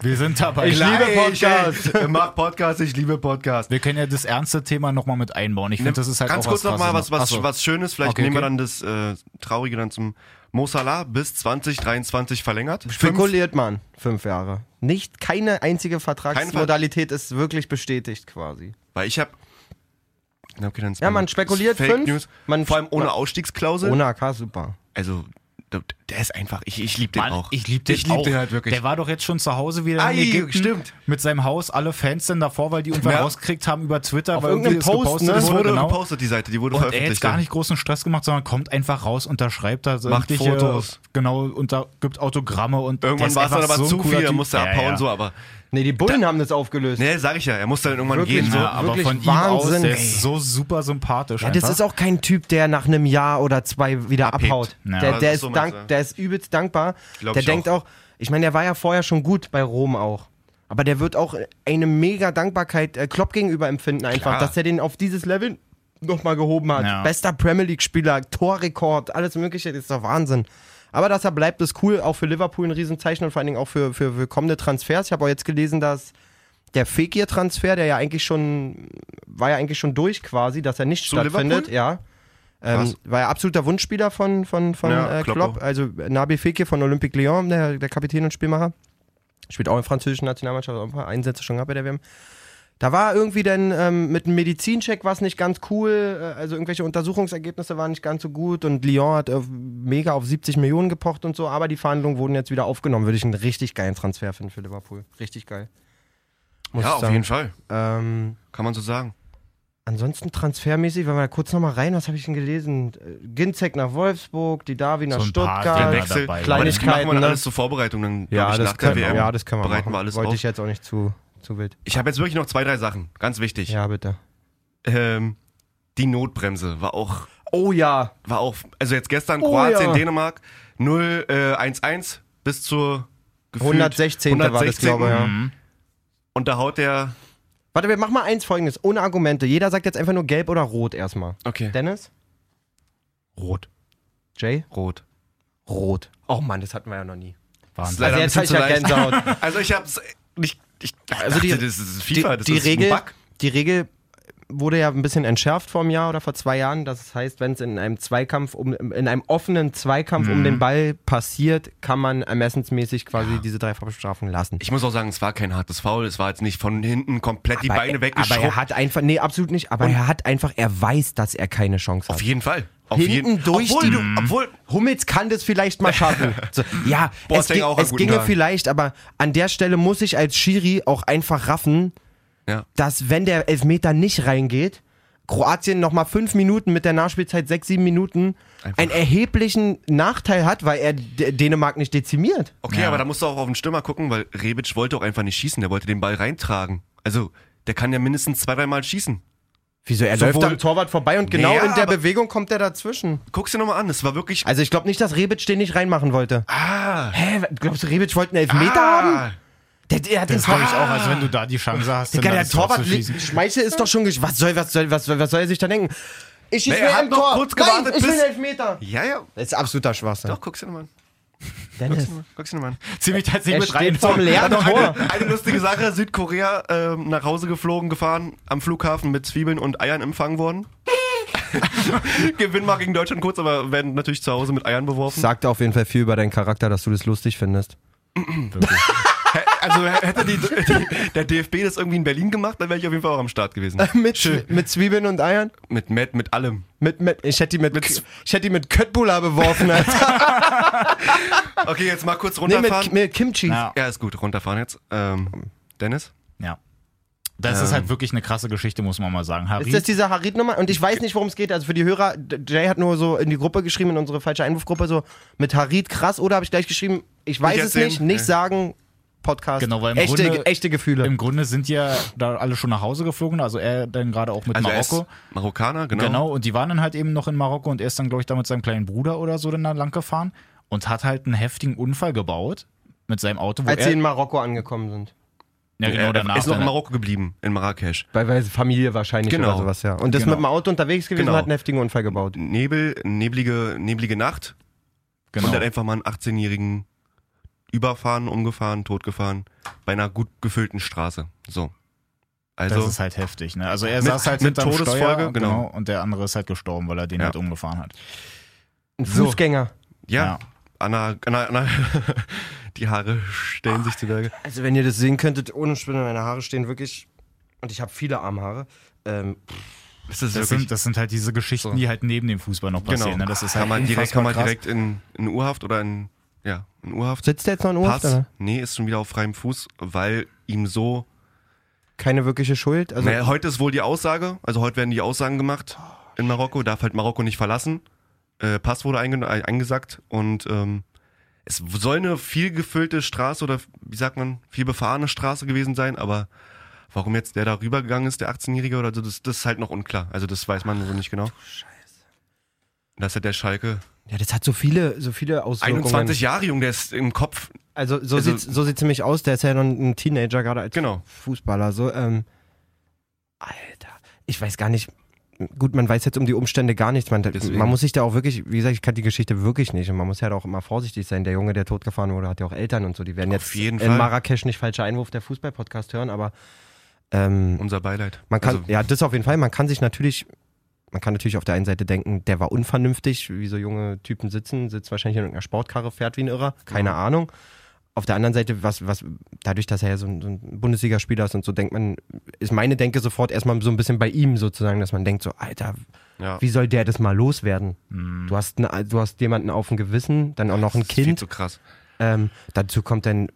Speaker 4: Wir sind dabei.
Speaker 2: Ich liebe Podcast.
Speaker 3: ey. äh, Mach Podcast, ich liebe Podcast.
Speaker 4: wir können ja das ernste Thema nochmal mit einbauen. Ich finde, das ist halt
Speaker 3: Ganz
Speaker 4: auch
Speaker 3: kurz
Speaker 4: was
Speaker 3: nochmal was,
Speaker 4: Krasses.
Speaker 3: was,
Speaker 4: Ach so.
Speaker 3: was Schönes, vielleicht
Speaker 4: Okay,
Speaker 3: nehmen wir
Speaker 4: okay.
Speaker 3: dann das äh, Traurige dann zum Mo Salah bis 2023 verlängert. Fünf,
Speaker 2: Spekuliert man. Fünf Jahre. Nicht, keine einzige Vertragsmodalität ist wirklich bestätigt quasi.
Speaker 3: weil ich habe... Okay, dann ist
Speaker 2: Ja,
Speaker 3: mein-
Speaker 2: man spekuliert
Speaker 3: Fake
Speaker 2: fünf,
Speaker 3: News.
Speaker 2: man-
Speaker 3: Vor allem ohne Ausstiegsklausel.
Speaker 2: Ohne AK, super.
Speaker 3: also d- der ist einfach, ich, ich liebe den
Speaker 4: Mann,
Speaker 3: auch.
Speaker 4: Ich liebe den
Speaker 3: Ich liebe
Speaker 4: auch.
Speaker 3: den halt wirklich.
Speaker 4: Der war doch jetzt schon zu Hause wieder
Speaker 3: Ei,
Speaker 4: in Ägypten
Speaker 3: stimmt.
Speaker 4: mit seinem Haus. Alle Fans sind davor, weil die irgendwann
Speaker 3: Ja.
Speaker 4: rausgekriegt haben über Twitter,
Speaker 2: Auf
Speaker 4: weil
Speaker 2: irgendeinem
Speaker 4: irgendwie
Speaker 2: Post,
Speaker 4: das gepostet
Speaker 2: ne?
Speaker 3: das wurde
Speaker 4: genau.
Speaker 3: gepostet, die Seite, die wurde
Speaker 4: Und er hat jetzt
Speaker 3: veröffentlicht.
Speaker 4: gar nicht großen Stress gemacht, sondern kommt einfach raus, unterschreibt da so
Speaker 3: Macht
Speaker 4: irgendwelche-
Speaker 3: Fotos.
Speaker 4: Genau, und da gibt Autogramme und der
Speaker 3: Irgendwann
Speaker 4: ist
Speaker 3: war es dann
Speaker 4: einfach
Speaker 3: aber
Speaker 4: so ein
Speaker 3: zu
Speaker 4: cooler
Speaker 3: viel, er
Speaker 4: Typ.
Speaker 3: musste
Speaker 4: Ja,
Speaker 3: abhauen,
Speaker 4: ja.
Speaker 3: so, aber.
Speaker 2: Nee, die Bullen haben das aufgelöst.
Speaker 3: Ne, sag ich ja, er musste dann irgendwann
Speaker 2: Wirklich,
Speaker 3: gehen. So.
Speaker 2: ne?
Speaker 4: Ja, aber
Speaker 2: Wirklich
Speaker 4: von ihm aus,
Speaker 2: Wahnsinn,
Speaker 4: der
Speaker 2: ey.
Speaker 4: ist so super sympathisch.
Speaker 2: Ja, das
Speaker 4: einfach.
Speaker 2: ist auch kein Typ, der nach einem Jahr oder zwei wieder
Speaker 3: Abhebt.
Speaker 2: abhaut.
Speaker 4: Ja,
Speaker 2: der,
Speaker 3: das
Speaker 2: der,
Speaker 3: ist
Speaker 2: ist
Speaker 3: so meinst du.
Speaker 2: dank, der ist übelst dankbar.
Speaker 3: Glaub
Speaker 2: der
Speaker 3: ich
Speaker 2: denkt auch, ich meine, der war ja vorher schon gut bei Rom auch. Aber der wird auch eine mega Dankbarkeit äh, Klopp gegenüber empfinden, einfach,
Speaker 3: Klar.
Speaker 2: dass er den auf dieses Level nochmal gehoben hat.
Speaker 4: Ja.
Speaker 2: Bester Premier League-Spieler, Torrekord, alles Mögliche, das ist doch Wahnsinn. Aber dass er bleibt, ist cool, auch für Liverpool ein Riesenzeichen und vor allen Dingen auch für, für, für kommende Transfers. Ich habe auch jetzt gelesen, dass der Fekir-Transfer, der ja eigentlich schon, war ja eigentlich schon durch quasi, dass er nicht
Speaker 3: Zu
Speaker 2: stattfindet,
Speaker 3: Liverpool?
Speaker 2: ja. Ähm,
Speaker 3: Krass.
Speaker 2: war ja absoluter Wunschspieler von, von, von
Speaker 3: Ja,
Speaker 2: äh,
Speaker 3: Kloppo.
Speaker 2: Klopp, also Nabi Fekir von Olympique Lyon, der, der Kapitän und Spielmacher. Spielt auch in der französischen Nationalmannschaft, hat auch ein paar Einsätze schon gehabt bei der WM. Da war irgendwie dann ähm, mit einem Medizincheck was nicht ganz cool, äh, also irgendwelche Untersuchungsergebnisse waren nicht ganz so gut und Lyon hat auf, mega auf 70 Millionen gepocht und so, aber die Verhandlungen wurden jetzt wieder aufgenommen. Würde ich einen richtig geilen Transfer finden für Liverpool. Richtig geil. Muss
Speaker 3: Ja,
Speaker 2: ich
Speaker 3: auf
Speaker 2: sagen.
Speaker 3: jeden Fall.
Speaker 2: Ähm,
Speaker 3: Kann man so sagen.
Speaker 2: ansonsten transfermäßig, wenn wir da kurz nochmal rein, was habe ich denn gelesen? Äh, Ginzek nach Wolfsburg, die Davi nach
Speaker 4: So ein paar
Speaker 2: Stuttgart.
Speaker 4: Dinge.
Speaker 3: Der Wechsel.
Speaker 4: dabei.
Speaker 3: Aber das machen wir
Speaker 2: Kleinigkeiten,
Speaker 3: dann
Speaker 2: ne?
Speaker 3: alles zur Vorbereitung. Dann, glaub
Speaker 2: Ja,
Speaker 3: ich,
Speaker 2: das
Speaker 3: nach der
Speaker 2: können,
Speaker 3: WM
Speaker 2: ja, das können wir
Speaker 3: bereiten
Speaker 2: machen.
Speaker 3: wir alles
Speaker 2: Wollte
Speaker 3: auf.
Speaker 2: ich jetzt auch nicht zu, zu wild.
Speaker 3: Ich habe jetzt wirklich noch zwei, drei Sachen. Ganz wichtig.
Speaker 2: Ja, bitte.
Speaker 3: Ähm, die Notbremse war auch,
Speaker 2: Oh ja,
Speaker 3: war auch, also jetzt gestern
Speaker 2: Oh,
Speaker 3: Kroatien,
Speaker 2: ja.
Speaker 3: Dänemark 0, äh, 1, 1 bis zur gefühlt
Speaker 2: 116. war das,
Speaker 3: 116..
Speaker 2: glaube ich. Ja.
Speaker 4: Mhm,
Speaker 3: Und da haut der,
Speaker 2: Warte, wir machen mal eins folgendes, ohne Argumente. Jeder sagt jetzt einfach nur gelb oder rot erstmal.
Speaker 3: okay,
Speaker 2: Dennis?
Speaker 3: rot,
Speaker 2: Jay?
Speaker 3: rot.
Speaker 2: Rot. Oh Mann, das hatten wir ja noch nie.
Speaker 4: Wahnsinn.
Speaker 3: Leider
Speaker 2: Also
Speaker 3: ein
Speaker 2: jetzt
Speaker 3: bisschen
Speaker 2: habe ich
Speaker 3: zu
Speaker 2: ja
Speaker 3: leicht.
Speaker 2: Gänsehaut.
Speaker 3: Also ich hab's nicht, ich
Speaker 2: Also die-
Speaker 3: dachte, das ist
Speaker 2: die,
Speaker 3: FIFA, das
Speaker 2: die
Speaker 3: ist
Speaker 2: Regel,
Speaker 3: ein Bug.
Speaker 2: Die Regel wurde ja ein bisschen entschärft vor einem Jahr oder vor zwei Jahren. Das heißt, wenn es in einem Zweikampf, um, in einem offenen Zweikampf
Speaker 3: Mhm.
Speaker 2: um den Ball passiert, kann man ermessensmäßig quasi diese drei Bestrafen lassen.
Speaker 3: Ich muss auch sagen, es war kein hartes Foul, es war jetzt nicht von hinten komplett die Beine
Speaker 2: aber
Speaker 3: weggeschrubbt.
Speaker 2: er hat einfach, nee, absolut nicht, aber er hat einfach, er weiß, dass er keine Chance hat.
Speaker 3: Auf jeden Fall. Auf
Speaker 2: Hinten
Speaker 3: jeden,
Speaker 2: durch
Speaker 3: obwohl,
Speaker 2: die- Mhm.
Speaker 3: du, obwohl,
Speaker 2: Hummels kann das vielleicht mal schaffen. So, ja, es,
Speaker 3: Boateng
Speaker 2: ging,
Speaker 3: auch an
Speaker 2: es
Speaker 3: guten
Speaker 2: ginge
Speaker 3: Tagen.
Speaker 2: vielleicht, aber an der Stelle muss ich als Schiri auch einfach raffen,
Speaker 3: Ja.
Speaker 2: dass wenn der Elfmeter nicht reingeht, Kroatien nochmal fünf Minuten mit der Nachspielzeit, sechs, sieben Minuten, einen erheblichen Nachteil hat, weil er D Dänemark nicht dezimiert.
Speaker 3: Okay, aber da musst du auch auf den Stürmer gucken, weil Rebic wollte auch einfach nicht schießen, der wollte den Ball reintragen. Also, der kann ja mindestens zwei, dreimal schießen.
Speaker 2: Wieso? Er
Speaker 3: Sowohl-
Speaker 2: läuft am Torwart vorbei und genau
Speaker 3: Ja,
Speaker 2: in der
Speaker 3: aber-
Speaker 2: Bewegung kommt er dazwischen.
Speaker 3: Guck's dir nochmal an, es war wirklich.
Speaker 2: Also ich glaube nicht, dass Rebic den nicht reinmachen wollte.
Speaker 3: Ah!
Speaker 2: Hä? Glaubst du, Rebic wollte einen Elfmeter haben?
Speaker 3: ah
Speaker 2: Der, der, hat
Speaker 4: Das
Speaker 2: den
Speaker 4: glaube ich
Speaker 2: Torwart-
Speaker 4: auch. Also wenn du da die Chance hast,
Speaker 2: Digga,
Speaker 4: dann
Speaker 2: der
Speaker 4: das
Speaker 2: Torwart li-
Speaker 4: abzuschließen.
Speaker 2: Schmeichel ist doch schon gesch- was soll was soll was soll, was soll er sich da denken? Ich schieß
Speaker 3: Na, er
Speaker 2: mir
Speaker 3: hat
Speaker 2: am
Speaker 3: doch
Speaker 2: Tor.
Speaker 3: kurz
Speaker 2: Nein,
Speaker 3: gewartet,
Speaker 2: ich will
Speaker 3: bis-
Speaker 2: einen Elfmeter.
Speaker 3: ja, ja.
Speaker 2: Das ist absoluter Schwachsinn.
Speaker 3: Doch, guck's dir nochmal an.
Speaker 2: Dennis,
Speaker 3: Guck's dir nochmal an.
Speaker 4: Zieh mich tatsächlich
Speaker 2: er
Speaker 4: mit rein.
Speaker 2: steht vom leeren Tor.
Speaker 3: Eine lustige Sache: Südkorea ähm, nach Hause geflogen, gefahren, am Flughafen mit Zwiebeln und Eiern empfangen worden. Gewinn war gegen Deutschland kurz, aber werden natürlich zu Hause mit Eiern beworfen.
Speaker 2: Sagt auf jeden Fall viel über deinen Charakter, dass du das lustig findest.
Speaker 3: Hä- Also hätte die, die, der DFB das irgendwie in Berlin gemacht, dann wäre ich auf jeden Fall auch am Start gewesen.
Speaker 2: mit, mit Zwiebeln und Eiern?
Speaker 3: Mit Matt, mit allem.
Speaker 2: Mit, mit, ich hätte die mit,
Speaker 3: Mit-
Speaker 2: ich hätte die mit Köttbullar beworfen. Alter.
Speaker 3: Okay, jetzt mal kurz
Speaker 2: nee, mit,
Speaker 3: runterfahren.
Speaker 2: mit Kimchi.
Speaker 4: Ja.
Speaker 3: ja, ist gut, runterfahren jetzt. Ähm, Dennis?
Speaker 4: ja. Das ist halt wirklich eine krasse Geschichte, muss man mal sagen.
Speaker 2: Ist das
Speaker 4: Harit,
Speaker 2: diese Harid-Nummer? Und ich weiß nicht, worum es geht. Also für die Hörer, D- Jay hat nur so in die Gruppe geschrieben, in unsere falsche Einwurfgruppe, so mit Harid krass oder habe ich gleich geschrieben, ich weiß
Speaker 3: Nicht
Speaker 2: es nicht,
Speaker 3: erzählen?
Speaker 2: nicht
Speaker 3: Nee.
Speaker 2: sagen, Podcast.
Speaker 4: Genau, weil im
Speaker 2: echte,
Speaker 4: Grunde-
Speaker 2: echte Gefühle.
Speaker 4: im Grunde sind ja da alle schon nach Hause geflogen, also er dann gerade auch mit
Speaker 3: Also er
Speaker 4: Marokko.
Speaker 3: ist Marokkaner, genau.
Speaker 4: Genau. und die waren dann halt eben noch in Marokko und er ist dann, glaube ich, da mit seinem kleinen Bruder oder so dann da lang gefahren und hat halt einen heftigen Unfall gebaut mit seinem Auto, wo
Speaker 2: als
Speaker 4: er.
Speaker 2: sie in Marokko angekommen sind.
Speaker 4: ja,
Speaker 3: Er-
Speaker 4: genau, danach.
Speaker 3: er ist noch in
Speaker 4: dann-
Speaker 3: Marokko geblieben, in Marrakesch.
Speaker 2: Bei, bei Familie wahrscheinlich
Speaker 3: Genau.
Speaker 2: oder sowas, ja. Und das
Speaker 4: Genau.
Speaker 2: mit dem Auto unterwegs gewesen
Speaker 3: Genau.
Speaker 2: hat einen heftigen Unfall gebaut.
Speaker 3: Nebel, neblige, neblige Nacht. Und dann
Speaker 4: genau.
Speaker 3: einfach mal einen 18-Jährigen überfahren, umgefahren, totgefahren. Bei einer gut gefüllten Straße. So.
Speaker 4: Das
Speaker 3: Also,
Speaker 4: ist halt heftig, ne? Also er
Speaker 3: Mit-
Speaker 4: saß halt
Speaker 3: mit
Speaker 4: hinterm
Speaker 3: Todesfolge,
Speaker 4: Steuer,
Speaker 3: genau.
Speaker 4: Und der andere ist halt gestorben, weil er den
Speaker 3: Ja.
Speaker 4: halt umgefahren hat.
Speaker 2: Ein
Speaker 3: So.
Speaker 2: Fußgänger.
Speaker 3: ja.
Speaker 4: ja.
Speaker 3: Anna, Anna, Anna, die Haare stellen sich zu Berge.
Speaker 2: Also wenn ihr das sehen könntet, ohne Spinne, meine Haare stehen wirklich, und ich habe viele Armhaare, ähm,
Speaker 3: Das ist
Speaker 4: Das
Speaker 3: wirklich,
Speaker 4: sind, das sind halt diese Geschichten,
Speaker 3: So. Genau.
Speaker 4: die halt neben dem Fußball noch passieren. Ne? Das ist halt
Speaker 3: kann man direkt, kann man
Speaker 4: unfassbar
Speaker 3: direkt in, in Urhaft oder in, ja, in Urhaft.
Speaker 2: Sitzt der jetzt noch in Urhaft?
Speaker 3: Pass,
Speaker 2: oder?
Speaker 3: nee, ist schon wieder auf freiem Fuß, weil ihm so.
Speaker 2: Keine wirkliche Schuld. Also,
Speaker 3: naja, heute ist wohl die Aussage, also heute werden die Aussagen gemacht in Marokko, darf halt Marokko nicht verlassen. Äh, Pass wurde einge äh, eingesackt und ähm, es soll eine viel gefüllte Straße oder wie sagt man, viel befahrene Straße gewesen sein, aber warum jetzt der da rübergegangen ist, der 18-Jährige oder so, das, das ist halt noch unklar. Also das weiß man so nicht genau. Das hat der Schalke.
Speaker 2: Oh, ja, das hat so viele, so viele Auswirkungen.
Speaker 3: 21 Jahre jung, der ist im Kopf
Speaker 2: Also so
Speaker 3: Also-
Speaker 2: sieht's so sieht's nämlich aus, der ist ja noch ein Teenager gerade als
Speaker 3: Genau.
Speaker 2: Fußballer so ähm, Alter, ich weiß gar nicht. Gut, man weiß jetzt um die Umstände gar nichts. Man,
Speaker 3: Deswegen.
Speaker 2: man muss sich da auch wirklich, wie gesagt, ich kann die Geschichte wirklich nicht und man muss ja da auch immer vorsichtig sein. Der Junge, der totgefahren wurde, hat ja auch Eltern und so. Die werden
Speaker 3: Auf
Speaker 2: jetzt
Speaker 3: jeden
Speaker 2: in
Speaker 3: Fall.
Speaker 2: Marrakesch nicht falscher Einwurf der Fußball-Podcast hören, aber ähm,
Speaker 3: Unser Beileid.
Speaker 2: man kann,
Speaker 3: Also,
Speaker 2: ja, das auf jeden Fall. Man kann sich natürlich, man kann natürlich auf der einen Seite denken, der war unvernünftig, wie so junge Typen sitzen, sitzt wahrscheinlich in irgendeiner Sportkarre, fährt wie ein Irrer, keine Ahnung. Auf der anderen Seite, was, was, dadurch, dass er ja so ein, so ein Bundesligaspieler ist und so, denkt man, ist meine Denke sofort erstmal so ein bisschen bei ihm sozusagen, dass man denkt so, Alter,
Speaker 3: ja.
Speaker 2: wie soll der das mal loswerden? Du hast, eine, du hast jemanden auf dem Gewissen, dann auch noch ein
Speaker 3: Das ist Mhm. Viel
Speaker 2: Kind.
Speaker 3: zu krass.
Speaker 2: Ähm, dazu kommt dann,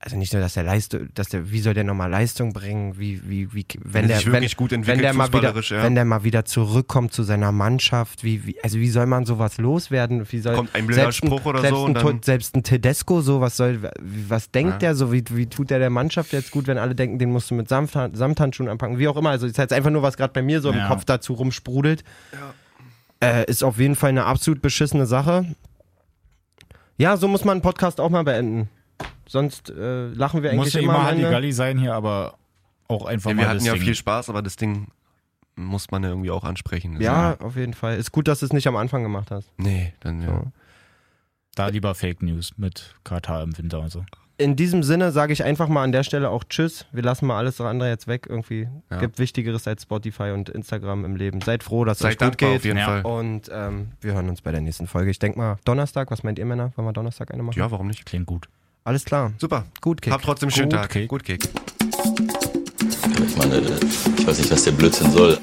Speaker 2: also nicht nur, dass der Leistung, dass der, wie soll der nochmal Leistung bringen, wie, wie, wie, wenn
Speaker 3: er
Speaker 2: der,
Speaker 3: sich
Speaker 2: wenn,
Speaker 3: wirklich gut
Speaker 2: wenn
Speaker 3: entwickelt,
Speaker 2: der mal wieder,
Speaker 3: fußballerisch, ja.
Speaker 2: wenn der mal wieder zurückkommt zu seiner Mannschaft, wie, wie also wie soll man sowas loswerden? Wie soll,
Speaker 3: Kommt ein blöder
Speaker 2: selbst
Speaker 3: Spruch oder
Speaker 2: selbst
Speaker 3: so
Speaker 2: Ein,
Speaker 3: und dann-
Speaker 2: Tod- selbst ein Tedesco, so was soll, wie- was denkt
Speaker 3: Ja.
Speaker 2: der so, wie, wie tut der der Mannschaft jetzt gut, wenn alle denken, den musst du mit Samtha- Samthandschuhen anpacken, wie auch immer. Also ist jetzt einfach nur, was gerade bei mir so im
Speaker 4: Ja.
Speaker 2: Kopf dazu rumsprudelt. Äh, ist auf jeden Fall eine absolut beschissene Sache. Ja, so muss man einen Podcast auch mal beenden. Sonst äh, lachen wir
Speaker 4: Muss
Speaker 2: eigentlich
Speaker 4: ja
Speaker 2: immer
Speaker 4: immer
Speaker 2: am Ende.
Speaker 4: Halligalli sein hier, aber auch einfach
Speaker 3: Ja,
Speaker 4: mal
Speaker 2: halt
Speaker 3: wir hatten
Speaker 4: das
Speaker 3: ja
Speaker 4: Ding.
Speaker 3: viel Spaß, aber das Ding muss man ja irgendwie auch ansprechen. Also,
Speaker 2: Ja, auf jeden Fall. Ist gut, dass du es nicht am Anfang gemacht hast.
Speaker 3: Nee, dann ja.
Speaker 2: So.
Speaker 4: Da lieber Fake News mit Katar im Winter und so.
Speaker 2: In diesem Sinne sage ich einfach mal an der Stelle auch Tschüss. Wir lassen mal alles andere jetzt weg. Irgendwie
Speaker 3: Ja.
Speaker 2: gibt Wichtigeres als Spotify und Instagram im Leben. Seid froh, dass es euch
Speaker 3: Seid
Speaker 2: gut
Speaker 3: dankbar
Speaker 2: geht.
Speaker 3: auf jeden
Speaker 4: Ja.
Speaker 3: Fall.
Speaker 2: Und ähm, wir hören uns bei der nächsten Folge. Ich denke mal Donnerstag. Was meint ihr Männer? Wollen wir Donnerstag eine machen?
Speaker 3: Ja, warum nicht?
Speaker 4: Klingt gut.
Speaker 2: Alles klar.
Speaker 3: Super.
Speaker 2: Gut, Kick.
Speaker 3: Habt trotzdem einen schönen
Speaker 4: Gut,
Speaker 3: Tag.
Speaker 4: Kick.
Speaker 3: Gut, Kick.
Speaker 5: Ich meine, ich weiß nicht, was der Blödsinn soll.